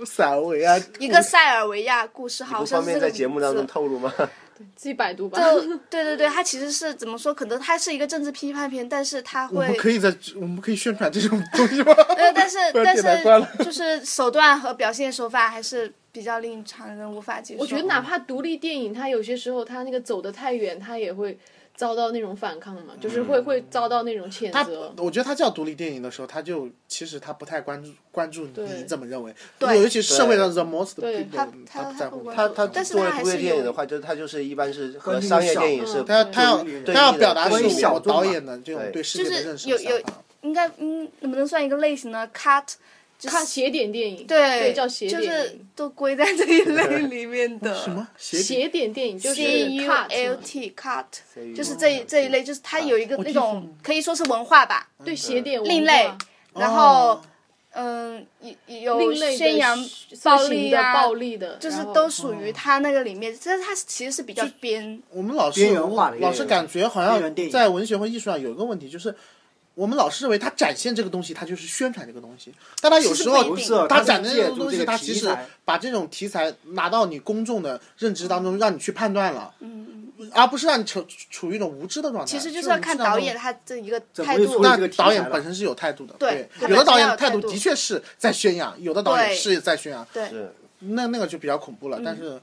[SPEAKER 1] 散维啊，
[SPEAKER 5] 一个塞尔维亚故事，好
[SPEAKER 6] 不
[SPEAKER 5] 像
[SPEAKER 6] 方
[SPEAKER 5] 是这
[SPEAKER 6] 便
[SPEAKER 5] 个
[SPEAKER 6] 在节目当中
[SPEAKER 5] 名字。
[SPEAKER 6] 透露吗？
[SPEAKER 4] 自己百度吧。
[SPEAKER 5] 就对对对，它其实是怎么说？可能它是一个政治批判片，但是它
[SPEAKER 1] 我们
[SPEAKER 5] 会
[SPEAKER 1] 可以在我们可以宣传这种东 西吗？
[SPEAKER 5] 呃，但是
[SPEAKER 1] 把
[SPEAKER 5] 但
[SPEAKER 1] 电台关了
[SPEAKER 5] 是就是手段和表现手法还是比较令常人无法接受。
[SPEAKER 4] 我觉得哪怕独立电影，它有些时候它那个走得太远，它也会遭到那种反抗嘛，就是会会遭到那种谴责。
[SPEAKER 1] 我觉得他叫独立电影的时候，他就其实他不太关注关注你怎么认为，
[SPEAKER 5] 对
[SPEAKER 1] 尤其社会上 the most
[SPEAKER 4] 对
[SPEAKER 1] people，
[SPEAKER 5] 他
[SPEAKER 1] 他不
[SPEAKER 5] 他
[SPEAKER 1] 在
[SPEAKER 5] 不
[SPEAKER 1] 乎
[SPEAKER 5] 关
[SPEAKER 1] 他
[SPEAKER 5] 注
[SPEAKER 1] 他
[SPEAKER 5] 但是
[SPEAKER 6] 作为
[SPEAKER 5] 它还
[SPEAKER 6] 独立
[SPEAKER 5] 是
[SPEAKER 6] 电影
[SPEAKER 5] 有
[SPEAKER 6] 的话，就是它就是一般是和
[SPEAKER 2] 关注
[SPEAKER 6] 商业
[SPEAKER 2] 小
[SPEAKER 6] 电影是
[SPEAKER 4] 嗯
[SPEAKER 1] 他要他要
[SPEAKER 2] 对
[SPEAKER 1] 他要表达
[SPEAKER 6] 对
[SPEAKER 1] 是
[SPEAKER 6] 小
[SPEAKER 1] 我
[SPEAKER 2] 众嘛
[SPEAKER 1] 导演的这种
[SPEAKER 6] 对
[SPEAKER 1] 对世界的认识和
[SPEAKER 5] 就是有
[SPEAKER 1] 想法。
[SPEAKER 5] 应该嗯，能不能算一个类型呢？cut
[SPEAKER 4] 它斜点电影，
[SPEAKER 5] 对
[SPEAKER 4] 对，叫斜
[SPEAKER 5] 就
[SPEAKER 4] 点
[SPEAKER 5] 是
[SPEAKER 4] 电影。
[SPEAKER 5] 都归在这一 类里面的。
[SPEAKER 1] 什么斜
[SPEAKER 4] 斜点电影就是
[SPEAKER 5] C U
[SPEAKER 4] cut 是
[SPEAKER 5] L
[SPEAKER 4] 吗
[SPEAKER 5] T cut，
[SPEAKER 6] CULT
[SPEAKER 5] 就是这一这一类，就是
[SPEAKER 1] 啊
[SPEAKER 5] 它有一个那种可以说是文化吧，
[SPEAKER 4] 对斜点文
[SPEAKER 5] 另类
[SPEAKER 4] 化
[SPEAKER 5] 然后
[SPEAKER 1] 哦
[SPEAKER 5] 嗯，有有
[SPEAKER 4] 另类的
[SPEAKER 5] 宣扬
[SPEAKER 4] 色
[SPEAKER 5] 暴
[SPEAKER 4] 情
[SPEAKER 5] 力
[SPEAKER 4] 的
[SPEAKER 5] 啊，
[SPEAKER 4] 暴力的，
[SPEAKER 5] 就是
[SPEAKER 4] 然后
[SPEAKER 5] 都属于它那个里面，但是它其实是比较边，
[SPEAKER 1] 我们老是
[SPEAKER 2] 边缘化的一个
[SPEAKER 1] 老是
[SPEAKER 2] 人
[SPEAKER 1] 感觉好
[SPEAKER 2] 边缘电
[SPEAKER 1] 像
[SPEAKER 2] 影
[SPEAKER 1] 在文学或艺术上有一个问题，就是我们老是认为他展现这个东西，他就是宣传这个东西，但他有时候
[SPEAKER 5] 其实不一定
[SPEAKER 1] 他
[SPEAKER 2] 它
[SPEAKER 1] 展的
[SPEAKER 2] 是
[SPEAKER 1] 这
[SPEAKER 2] 借
[SPEAKER 1] 种
[SPEAKER 2] 助
[SPEAKER 1] 东
[SPEAKER 2] 这
[SPEAKER 1] 西，
[SPEAKER 2] 个
[SPEAKER 1] 他
[SPEAKER 2] 题
[SPEAKER 1] 其实
[SPEAKER 2] 材，
[SPEAKER 1] 把这种题材拿到你公众的认知当中，让你去判断了，而不是让你处处于一种无知的状态。
[SPEAKER 5] 其实就是是要
[SPEAKER 1] 你
[SPEAKER 5] 看
[SPEAKER 1] 知道
[SPEAKER 5] 导
[SPEAKER 1] 吗
[SPEAKER 5] 演。他这一个
[SPEAKER 2] 怎么
[SPEAKER 5] 态
[SPEAKER 2] 会
[SPEAKER 5] 度
[SPEAKER 2] 出。
[SPEAKER 1] 那
[SPEAKER 2] 这个题材
[SPEAKER 1] 导演
[SPEAKER 2] 了
[SPEAKER 1] 本身是有态度的，
[SPEAKER 5] 对他
[SPEAKER 1] 有的
[SPEAKER 5] 本身
[SPEAKER 1] 导
[SPEAKER 5] 要
[SPEAKER 1] 演
[SPEAKER 5] 有
[SPEAKER 1] 态
[SPEAKER 5] 态
[SPEAKER 1] 度
[SPEAKER 5] 度
[SPEAKER 1] 的确是在宣扬，有的导演
[SPEAKER 5] 对嗯
[SPEAKER 1] 是在宣扬，
[SPEAKER 5] 对，
[SPEAKER 6] 是
[SPEAKER 1] 那那个就比较恐怖了。但是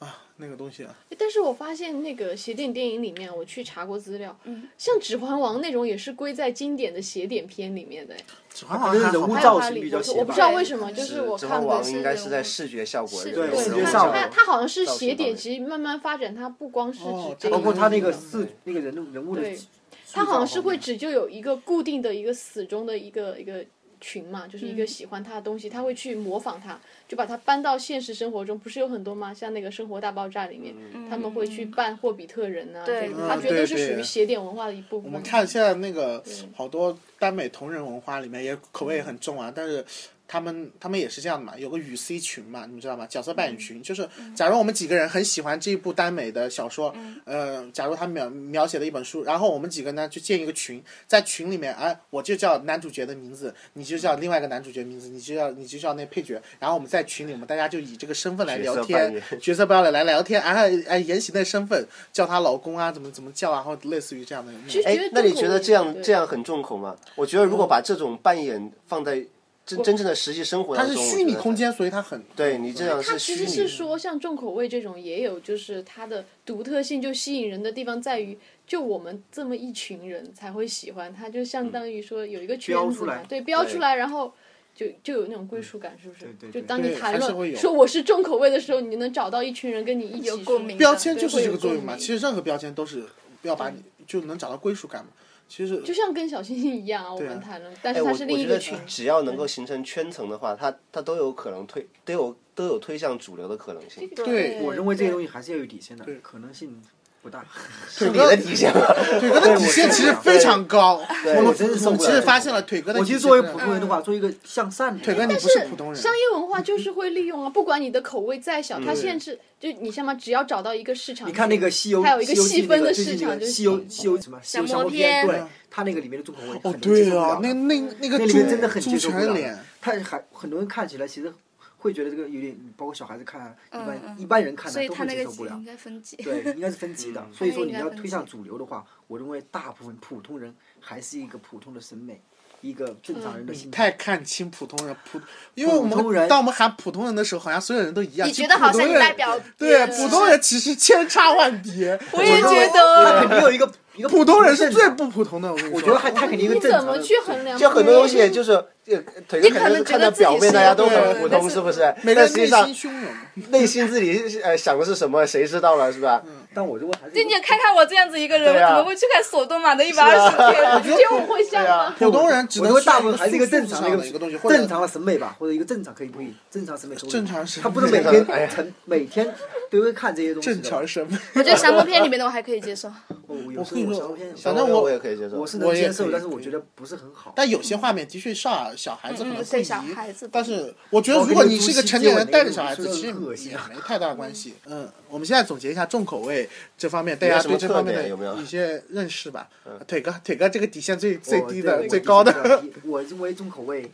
[SPEAKER 1] 啊，那个东西啊，
[SPEAKER 4] 但是我发现那个邪典电影里面，我去查过资料，像《指环王》那种也是归在经典的邪典片里面的。
[SPEAKER 1] 指环
[SPEAKER 2] 可
[SPEAKER 1] 王
[SPEAKER 2] 能
[SPEAKER 1] 还
[SPEAKER 2] 人
[SPEAKER 1] 好
[SPEAKER 2] 物
[SPEAKER 1] 吧
[SPEAKER 2] 造
[SPEAKER 4] 哈
[SPEAKER 2] 型
[SPEAKER 4] 利
[SPEAKER 2] 比
[SPEAKER 4] 波
[SPEAKER 2] 较
[SPEAKER 4] 特
[SPEAKER 2] 邪
[SPEAKER 4] 我不
[SPEAKER 2] 吧
[SPEAKER 4] 知道为什么，就
[SPEAKER 5] 对
[SPEAKER 4] 是我
[SPEAKER 6] 指
[SPEAKER 4] 看
[SPEAKER 6] 环
[SPEAKER 4] 过
[SPEAKER 6] 王
[SPEAKER 5] 是
[SPEAKER 6] 应该是在
[SPEAKER 5] 人物
[SPEAKER 6] 视觉效果，
[SPEAKER 4] 是，
[SPEAKER 6] 对
[SPEAKER 2] 对视
[SPEAKER 6] 人物
[SPEAKER 2] 觉
[SPEAKER 4] 它
[SPEAKER 2] 效
[SPEAKER 6] 造
[SPEAKER 2] 果
[SPEAKER 4] 它
[SPEAKER 6] 型
[SPEAKER 4] 它好像是
[SPEAKER 6] 造型
[SPEAKER 4] 斜
[SPEAKER 6] 方
[SPEAKER 4] 点，
[SPEAKER 6] 面
[SPEAKER 4] 其实慢慢发展，它不光是
[SPEAKER 1] 哦
[SPEAKER 4] 指这一
[SPEAKER 1] 它
[SPEAKER 2] 包
[SPEAKER 4] 个，
[SPEAKER 2] 括他那个
[SPEAKER 1] 嗯
[SPEAKER 2] 视那个人物人物的
[SPEAKER 4] 对
[SPEAKER 2] 塑塑
[SPEAKER 4] 它好像
[SPEAKER 2] 造
[SPEAKER 4] 是
[SPEAKER 2] 方
[SPEAKER 4] 会
[SPEAKER 2] 面
[SPEAKER 4] 只就有一个固定的一个死忠的一个一个群嘛，就是一个喜欢他的东西，他会去模仿他，就把它搬到现实生活中，不是有很多吗？像那个《生活大爆炸》里面，他们会去扮霍比特人啊，这
[SPEAKER 5] 对
[SPEAKER 4] 种
[SPEAKER 5] 嗯
[SPEAKER 4] 他觉得
[SPEAKER 1] 对
[SPEAKER 4] 是属于
[SPEAKER 1] 对
[SPEAKER 4] 邪典文化的一部分。
[SPEAKER 1] 我们看现在那个好多耽美同人文化里面也口味也很重啊，但是他们他们也是这样的嘛，有个语 C 群嘛，你们知道吗？角色扮演群，就是假如我们几个人很喜欢这一部耽美的小说，呃，假如他描描写的一本书，然后我们几个呢就建一个群，在群里面，哎，我就叫男主角的名字，你就叫另外一个男主角名字，你就叫你就叫那配角，然后我们在群里，我们大家就以这个身份来
[SPEAKER 6] 角
[SPEAKER 1] 聊
[SPEAKER 6] 色扮
[SPEAKER 1] 天
[SPEAKER 6] 演，
[SPEAKER 1] 角色扮演来聊天，哎哎，沿袭那身份，叫他老公啊，怎么怎么叫啊，或者类似于这样的。
[SPEAKER 4] 其实
[SPEAKER 6] 哎，那你
[SPEAKER 4] 重口
[SPEAKER 6] 觉得
[SPEAKER 4] 味
[SPEAKER 6] 这样
[SPEAKER 4] 对
[SPEAKER 6] 这样很重口吗？我觉得如果把这种扮演放在真真正的实际生活
[SPEAKER 1] 它
[SPEAKER 6] 当
[SPEAKER 1] 是
[SPEAKER 6] 中，
[SPEAKER 1] 虚
[SPEAKER 6] 我
[SPEAKER 1] 拟
[SPEAKER 6] 觉得
[SPEAKER 1] 空间，所以它很
[SPEAKER 6] 对
[SPEAKER 2] 嗯
[SPEAKER 6] 你这样
[SPEAKER 4] 它
[SPEAKER 6] 是
[SPEAKER 4] 其
[SPEAKER 6] 虚
[SPEAKER 4] 实
[SPEAKER 6] 拟
[SPEAKER 4] 是
[SPEAKER 6] 的。
[SPEAKER 4] 说，像重口味这种也有，就是它的独特性就吸引人的地方在于，就我们这么一群人才会喜欢它，就相当于说有一个圈
[SPEAKER 2] 标
[SPEAKER 4] 子
[SPEAKER 2] 出
[SPEAKER 4] 嘛
[SPEAKER 2] 来，
[SPEAKER 4] 对，标出
[SPEAKER 6] 对
[SPEAKER 4] 来，然后就就有那种归属感，是不是？
[SPEAKER 2] 对对
[SPEAKER 4] 就
[SPEAKER 2] 对
[SPEAKER 4] 当你
[SPEAKER 1] 对
[SPEAKER 4] 谈
[SPEAKER 1] 还是会
[SPEAKER 4] 论
[SPEAKER 1] 有
[SPEAKER 4] 说我是重口味的时候，你能找到一群人跟你一起
[SPEAKER 5] 有
[SPEAKER 4] 说
[SPEAKER 5] 共鸣
[SPEAKER 1] 标签
[SPEAKER 4] 对
[SPEAKER 1] 就是
[SPEAKER 4] 会
[SPEAKER 1] 这
[SPEAKER 4] 有
[SPEAKER 1] 个作用
[SPEAKER 4] 共
[SPEAKER 1] 嘛。
[SPEAKER 4] 鸣
[SPEAKER 1] 其实任何标签都是要把你就能找到归属感嘛。其实
[SPEAKER 4] 就像跟小星星一样啊，我们谈论，但
[SPEAKER 6] 哎，
[SPEAKER 4] 是
[SPEAKER 6] 我
[SPEAKER 4] 它
[SPEAKER 6] 我
[SPEAKER 4] 是另一
[SPEAKER 6] 觉
[SPEAKER 4] 个
[SPEAKER 6] 得
[SPEAKER 4] 群。
[SPEAKER 6] 只要能够形成圈层的话，它它都有可能推都有都有推向主流的可能性。
[SPEAKER 1] 对
[SPEAKER 2] 我认为这个东西还是要有底线的
[SPEAKER 1] 对，
[SPEAKER 2] 可能性不大。
[SPEAKER 6] 是你的底线吗？
[SPEAKER 1] 腿哥的底线其实非常高，我们
[SPEAKER 2] 我真是
[SPEAKER 1] 我
[SPEAKER 2] 受
[SPEAKER 1] 们
[SPEAKER 2] 不了
[SPEAKER 1] 其实发现了腿哥的
[SPEAKER 2] 我
[SPEAKER 1] 底
[SPEAKER 2] 其
[SPEAKER 1] 线
[SPEAKER 2] 实
[SPEAKER 1] 真的。
[SPEAKER 2] 作为普通人的话，做一个向善的，
[SPEAKER 1] 腿哥你不
[SPEAKER 4] 哎是
[SPEAKER 1] 普通人
[SPEAKER 4] 商，业文化就是会利
[SPEAKER 2] 嗯
[SPEAKER 4] 用啊，不管你的口味再小，它限制就你像吗？只要找到一个市场，
[SPEAKER 2] 你看那
[SPEAKER 5] 嗯
[SPEAKER 2] 个《西游》，
[SPEAKER 4] 还有一个
[SPEAKER 2] 西游记
[SPEAKER 4] 细分
[SPEAKER 2] 那
[SPEAKER 4] 的
[SPEAKER 2] 个
[SPEAKER 4] 市
[SPEAKER 2] 最近那
[SPEAKER 4] 场，
[SPEAKER 2] 个
[SPEAKER 4] 就是
[SPEAKER 2] 西游西游什么西游
[SPEAKER 5] 降
[SPEAKER 2] 降
[SPEAKER 5] 魔
[SPEAKER 2] 魔篇，
[SPEAKER 5] 篇嗯
[SPEAKER 2] 对他那个里面的重口味，
[SPEAKER 1] 哦
[SPEAKER 2] 很多人
[SPEAKER 1] 对
[SPEAKER 2] 接受不
[SPEAKER 1] 啊
[SPEAKER 2] 了，
[SPEAKER 1] 那
[SPEAKER 2] 的
[SPEAKER 1] 那那个
[SPEAKER 2] 那里面真的很
[SPEAKER 1] 猪
[SPEAKER 2] 接受不
[SPEAKER 1] 全
[SPEAKER 2] 了
[SPEAKER 1] 脸
[SPEAKER 2] 的，，他还很多人看起来其实会觉得这个有点，包括小孩子看啊，一般、
[SPEAKER 5] 嗯
[SPEAKER 2] 一般人看
[SPEAKER 5] 所
[SPEAKER 2] 呢
[SPEAKER 5] 以
[SPEAKER 2] 都
[SPEAKER 5] 它
[SPEAKER 2] 会
[SPEAKER 5] 那
[SPEAKER 2] 接
[SPEAKER 5] 个
[SPEAKER 2] 受不了
[SPEAKER 5] 应。该分 级。
[SPEAKER 2] 对，应该是分级的。
[SPEAKER 1] 嗯
[SPEAKER 2] 所以说你
[SPEAKER 5] 它应
[SPEAKER 2] 要
[SPEAKER 5] 该分级
[SPEAKER 2] 推向主流的话，我认为大部分普通人还是一个普通的审美，一个正常人的
[SPEAKER 1] 你
[SPEAKER 2] 心态。
[SPEAKER 1] 太看清普通人普，因为我
[SPEAKER 2] 嗯普通
[SPEAKER 1] 们
[SPEAKER 2] 人
[SPEAKER 1] 当我们喊普通人的时候，好像所有人都一样。
[SPEAKER 5] 你
[SPEAKER 1] 其
[SPEAKER 5] 觉
[SPEAKER 1] 实
[SPEAKER 5] 得好
[SPEAKER 1] 普通
[SPEAKER 5] 像你
[SPEAKER 1] 人
[SPEAKER 5] 代表别
[SPEAKER 1] 对
[SPEAKER 5] 人
[SPEAKER 1] 普通人其实千差万别，
[SPEAKER 5] 我也觉
[SPEAKER 2] 他
[SPEAKER 5] 得
[SPEAKER 2] 肯定有一个一个
[SPEAKER 1] 嗯普通人是
[SPEAKER 2] 正常
[SPEAKER 1] 最不普通的。我跟你说，
[SPEAKER 2] 我觉得还他肯定一个
[SPEAKER 4] 哎你
[SPEAKER 2] 正
[SPEAKER 4] 怎
[SPEAKER 2] 常
[SPEAKER 4] 么
[SPEAKER 2] 的。
[SPEAKER 4] 去衡量？
[SPEAKER 6] 就很多东西就是呃腿哥肯定是看到表面，大家都很普通，是不是？
[SPEAKER 1] 每个
[SPEAKER 6] 但
[SPEAKER 1] 人
[SPEAKER 6] 实际
[SPEAKER 1] 内
[SPEAKER 6] 上
[SPEAKER 1] 心汹涌。
[SPEAKER 6] 内心自己呃想的是什么，谁知道了，是吧？
[SPEAKER 2] 但我如果还是
[SPEAKER 5] 就你也看看我这样子一个人，
[SPEAKER 6] 对啊
[SPEAKER 5] 我怎么会去看索多玛的一百二十
[SPEAKER 2] 啊
[SPEAKER 5] 天？
[SPEAKER 4] 觉得我会像吗？
[SPEAKER 1] 普通人只
[SPEAKER 2] 我
[SPEAKER 1] 能
[SPEAKER 2] 认为
[SPEAKER 1] 去
[SPEAKER 2] 大部分还是一个
[SPEAKER 1] 数字
[SPEAKER 2] 正常
[SPEAKER 1] 上
[SPEAKER 2] 的
[SPEAKER 1] 的一个东西，或者
[SPEAKER 2] 正常的审美吧，或者一个正常可以不以正常审美口味
[SPEAKER 1] 正常审美
[SPEAKER 2] 他不是每天
[SPEAKER 6] 正常哎呀
[SPEAKER 2] 成每天都会看这些东西的。
[SPEAKER 1] 正常审美。
[SPEAKER 5] 我觉得降魔片里面的我还可以接受，
[SPEAKER 2] 我有
[SPEAKER 1] 我
[SPEAKER 2] 时
[SPEAKER 1] 跟你
[SPEAKER 2] 候我
[SPEAKER 1] 说
[SPEAKER 2] 想片，
[SPEAKER 1] 反正我
[SPEAKER 6] 我也可以接受
[SPEAKER 2] 我。是
[SPEAKER 1] 我
[SPEAKER 2] 能
[SPEAKER 1] 也
[SPEAKER 2] 接
[SPEAKER 1] 可
[SPEAKER 2] 受，
[SPEAKER 1] 以
[SPEAKER 2] 但是我
[SPEAKER 1] 可以
[SPEAKER 2] 觉得不是很 好。
[SPEAKER 1] 但有些画面的确煞小孩子可能
[SPEAKER 5] 嗯
[SPEAKER 1] 不
[SPEAKER 5] 对
[SPEAKER 1] 宜
[SPEAKER 5] 小孩子不
[SPEAKER 1] 但
[SPEAKER 5] 宜
[SPEAKER 1] 是我觉得
[SPEAKER 2] 哦
[SPEAKER 1] 如果
[SPEAKER 2] 跟那
[SPEAKER 1] 你
[SPEAKER 2] 个
[SPEAKER 1] 是一
[SPEAKER 2] 朱
[SPEAKER 1] 个
[SPEAKER 2] 熹
[SPEAKER 1] 成
[SPEAKER 2] 接
[SPEAKER 1] 年
[SPEAKER 2] 吻
[SPEAKER 1] 人
[SPEAKER 2] 那
[SPEAKER 1] 带
[SPEAKER 2] 个
[SPEAKER 1] 着小
[SPEAKER 2] 我
[SPEAKER 1] 孩
[SPEAKER 2] 觉
[SPEAKER 1] 子，
[SPEAKER 2] 得
[SPEAKER 1] 其实也
[SPEAKER 2] 很恶心啊
[SPEAKER 1] 没太大关系。嗯，我们现在总结一下重口味这方面，大
[SPEAKER 6] 有
[SPEAKER 1] 家
[SPEAKER 6] 什么
[SPEAKER 1] 对这方面
[SPEAKER 6] 特
[SPEAKER 1] 的
[SPEAKER 6] 点有没有
[SPEAKER 1] 一些认识吧。啊腿哥，腿哥这个底线最最
[SPEAKER 2] 我
[SPEAKER 1] 低
[SPEAKER 2] 对
[SPEAKER 1] 的、
[SPEAKER 2] 我
[SPEAKER 1] 最
[SPEAKER 2] 就
[SPEAKER 1] 高
[SPEAKER 2] 是嗯哦
[SPEAKER 1] 的
[SPEAKER 2] 这样。低我认为重口味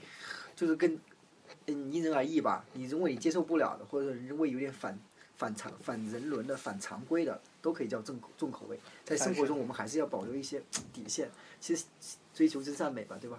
[SPEAKER 2] 就是跟嗯因人而异吧。你如果你接受不了的，或者你认为有点反反常、反人伦的、反常规的，都可以叫重口重口味。在生活中，我们还是要保留一些底线，其实追求真善美吧，对吧？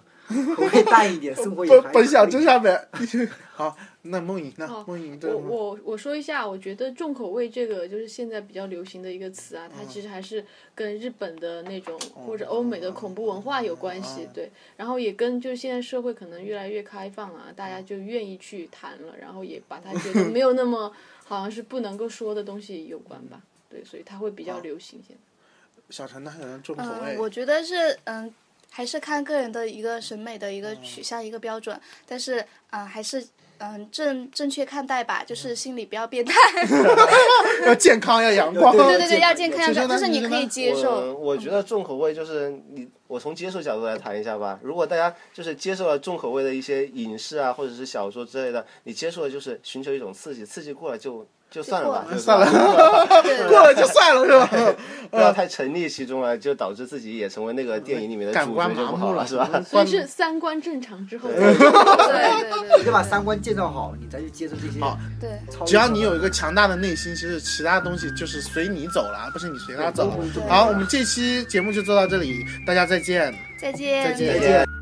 [SPEAKER 2] 口味 淡一点，生活也
[SPEAKER 1] 本
[SPEAKER 2] 还
[SPEAKER 1] 本想
[SPEAKER 2] 可
[SPEAKER 1] 真
[SPEAKER 2] 以
[SPEAKER 1] 上面。 好，那梦莹呢
[SPEAKER 4] 哦？
[SPEAKER 1] 梦莹对
[SPEAKER 4] 我我我说一下，我觉得重口味这个就是现在比较流行的一个词啊，它其实还是跟日本的那种或者欧美的恐怖文化有关系
[SPEAKER 1] 嗯，
[SPEAKER 4] 对，然后也跟就是现在社会可能越来越开放啊，大家就愿意去谈了，然后也把它觉得没有那么好像是不能够说的东西有关吧，对，所以它会比较流行现在。
[SPEAKER 1] 小陈呢？小陈重口
[SPEAKER 5] 嗯，我
[SPEAKER 1] 味。
[SPEAKER 5] 觉得是嗯，还是看个人的一个审美的一个取向、一个标准，但是嗯，还是嗯正正确看待吧，就是心里不要变态，
[SPEAKER 1] 要健康，要阳光。
[SPEAKER 5] 对对对，要健康，要
[SPEAKER 1] 其实呢
[SPEAKER 5] 但是
[SPEAKER 1] 你
[SPEAKER 5] 你
[SPEAKER 1] 觉
[SPEAKER 5] 可
[SPEAKER 1] 得
[SPEAKER 5] 以
[SPEAKER 1] 呢
[SPEAKER 5] 接
[SPEAKER 6] 我
[SPEAKER 5] 受。
[SPEAKER 6] 我觉得重口味就是你，我从接受角度来谈一下吧。如果大家就是接受了重口味的一些影视啊，或者是小说之类的，你接受的就是寻求一种刺激，刺激过了就就算了吧，
[SPEAKER 5] 就
[SPEAKER 6] 就
[SPEAKER 1] 算了
[SPEAKER 6] 了，
[SPEAKER 1] 过了就算了，是吧？
[SPEAKER 6] 不要太沉溺其中了，就导致自己也成为那个电影里面的
[SPEAKER 1] 感
[SPEAKER 6] 主
[SPEAKER 1] 官
[SPEAKER 6] 角就
[SPEAKER 1] 麻
[SPEAKER 6] 不
[SPEAKER 1] 木
[SPEAKER 6] 好
[SPEAKER 1] 了，
[SPEAKER 6] 是吧？
[SPEAKER 4] 所
[SPEAKER 1] 观
[SPEAKER 4] 以是三观正常之后，
[SPEAKER 5] 对对对
[SPEAKER 2] 你得把三观建造好，你再去接受这些。
[SPEAKER 1] 好
[SPEAKER 5] 对，
[SPEAKER 2] 超
[SPEAKER 1] 只要你有一个强大的内心，其实其他东西就是随你走了，不是你随他走
[SPEAKER 6] 嗯
[SPEAKER 2] 对对对。
[SPEAKER 1] 好，我们这期节目就做到这里，大家再见，
[SPEAKER 5] 再见。
[SPEAKER 1] 再见。
[SPEAKER 6] 见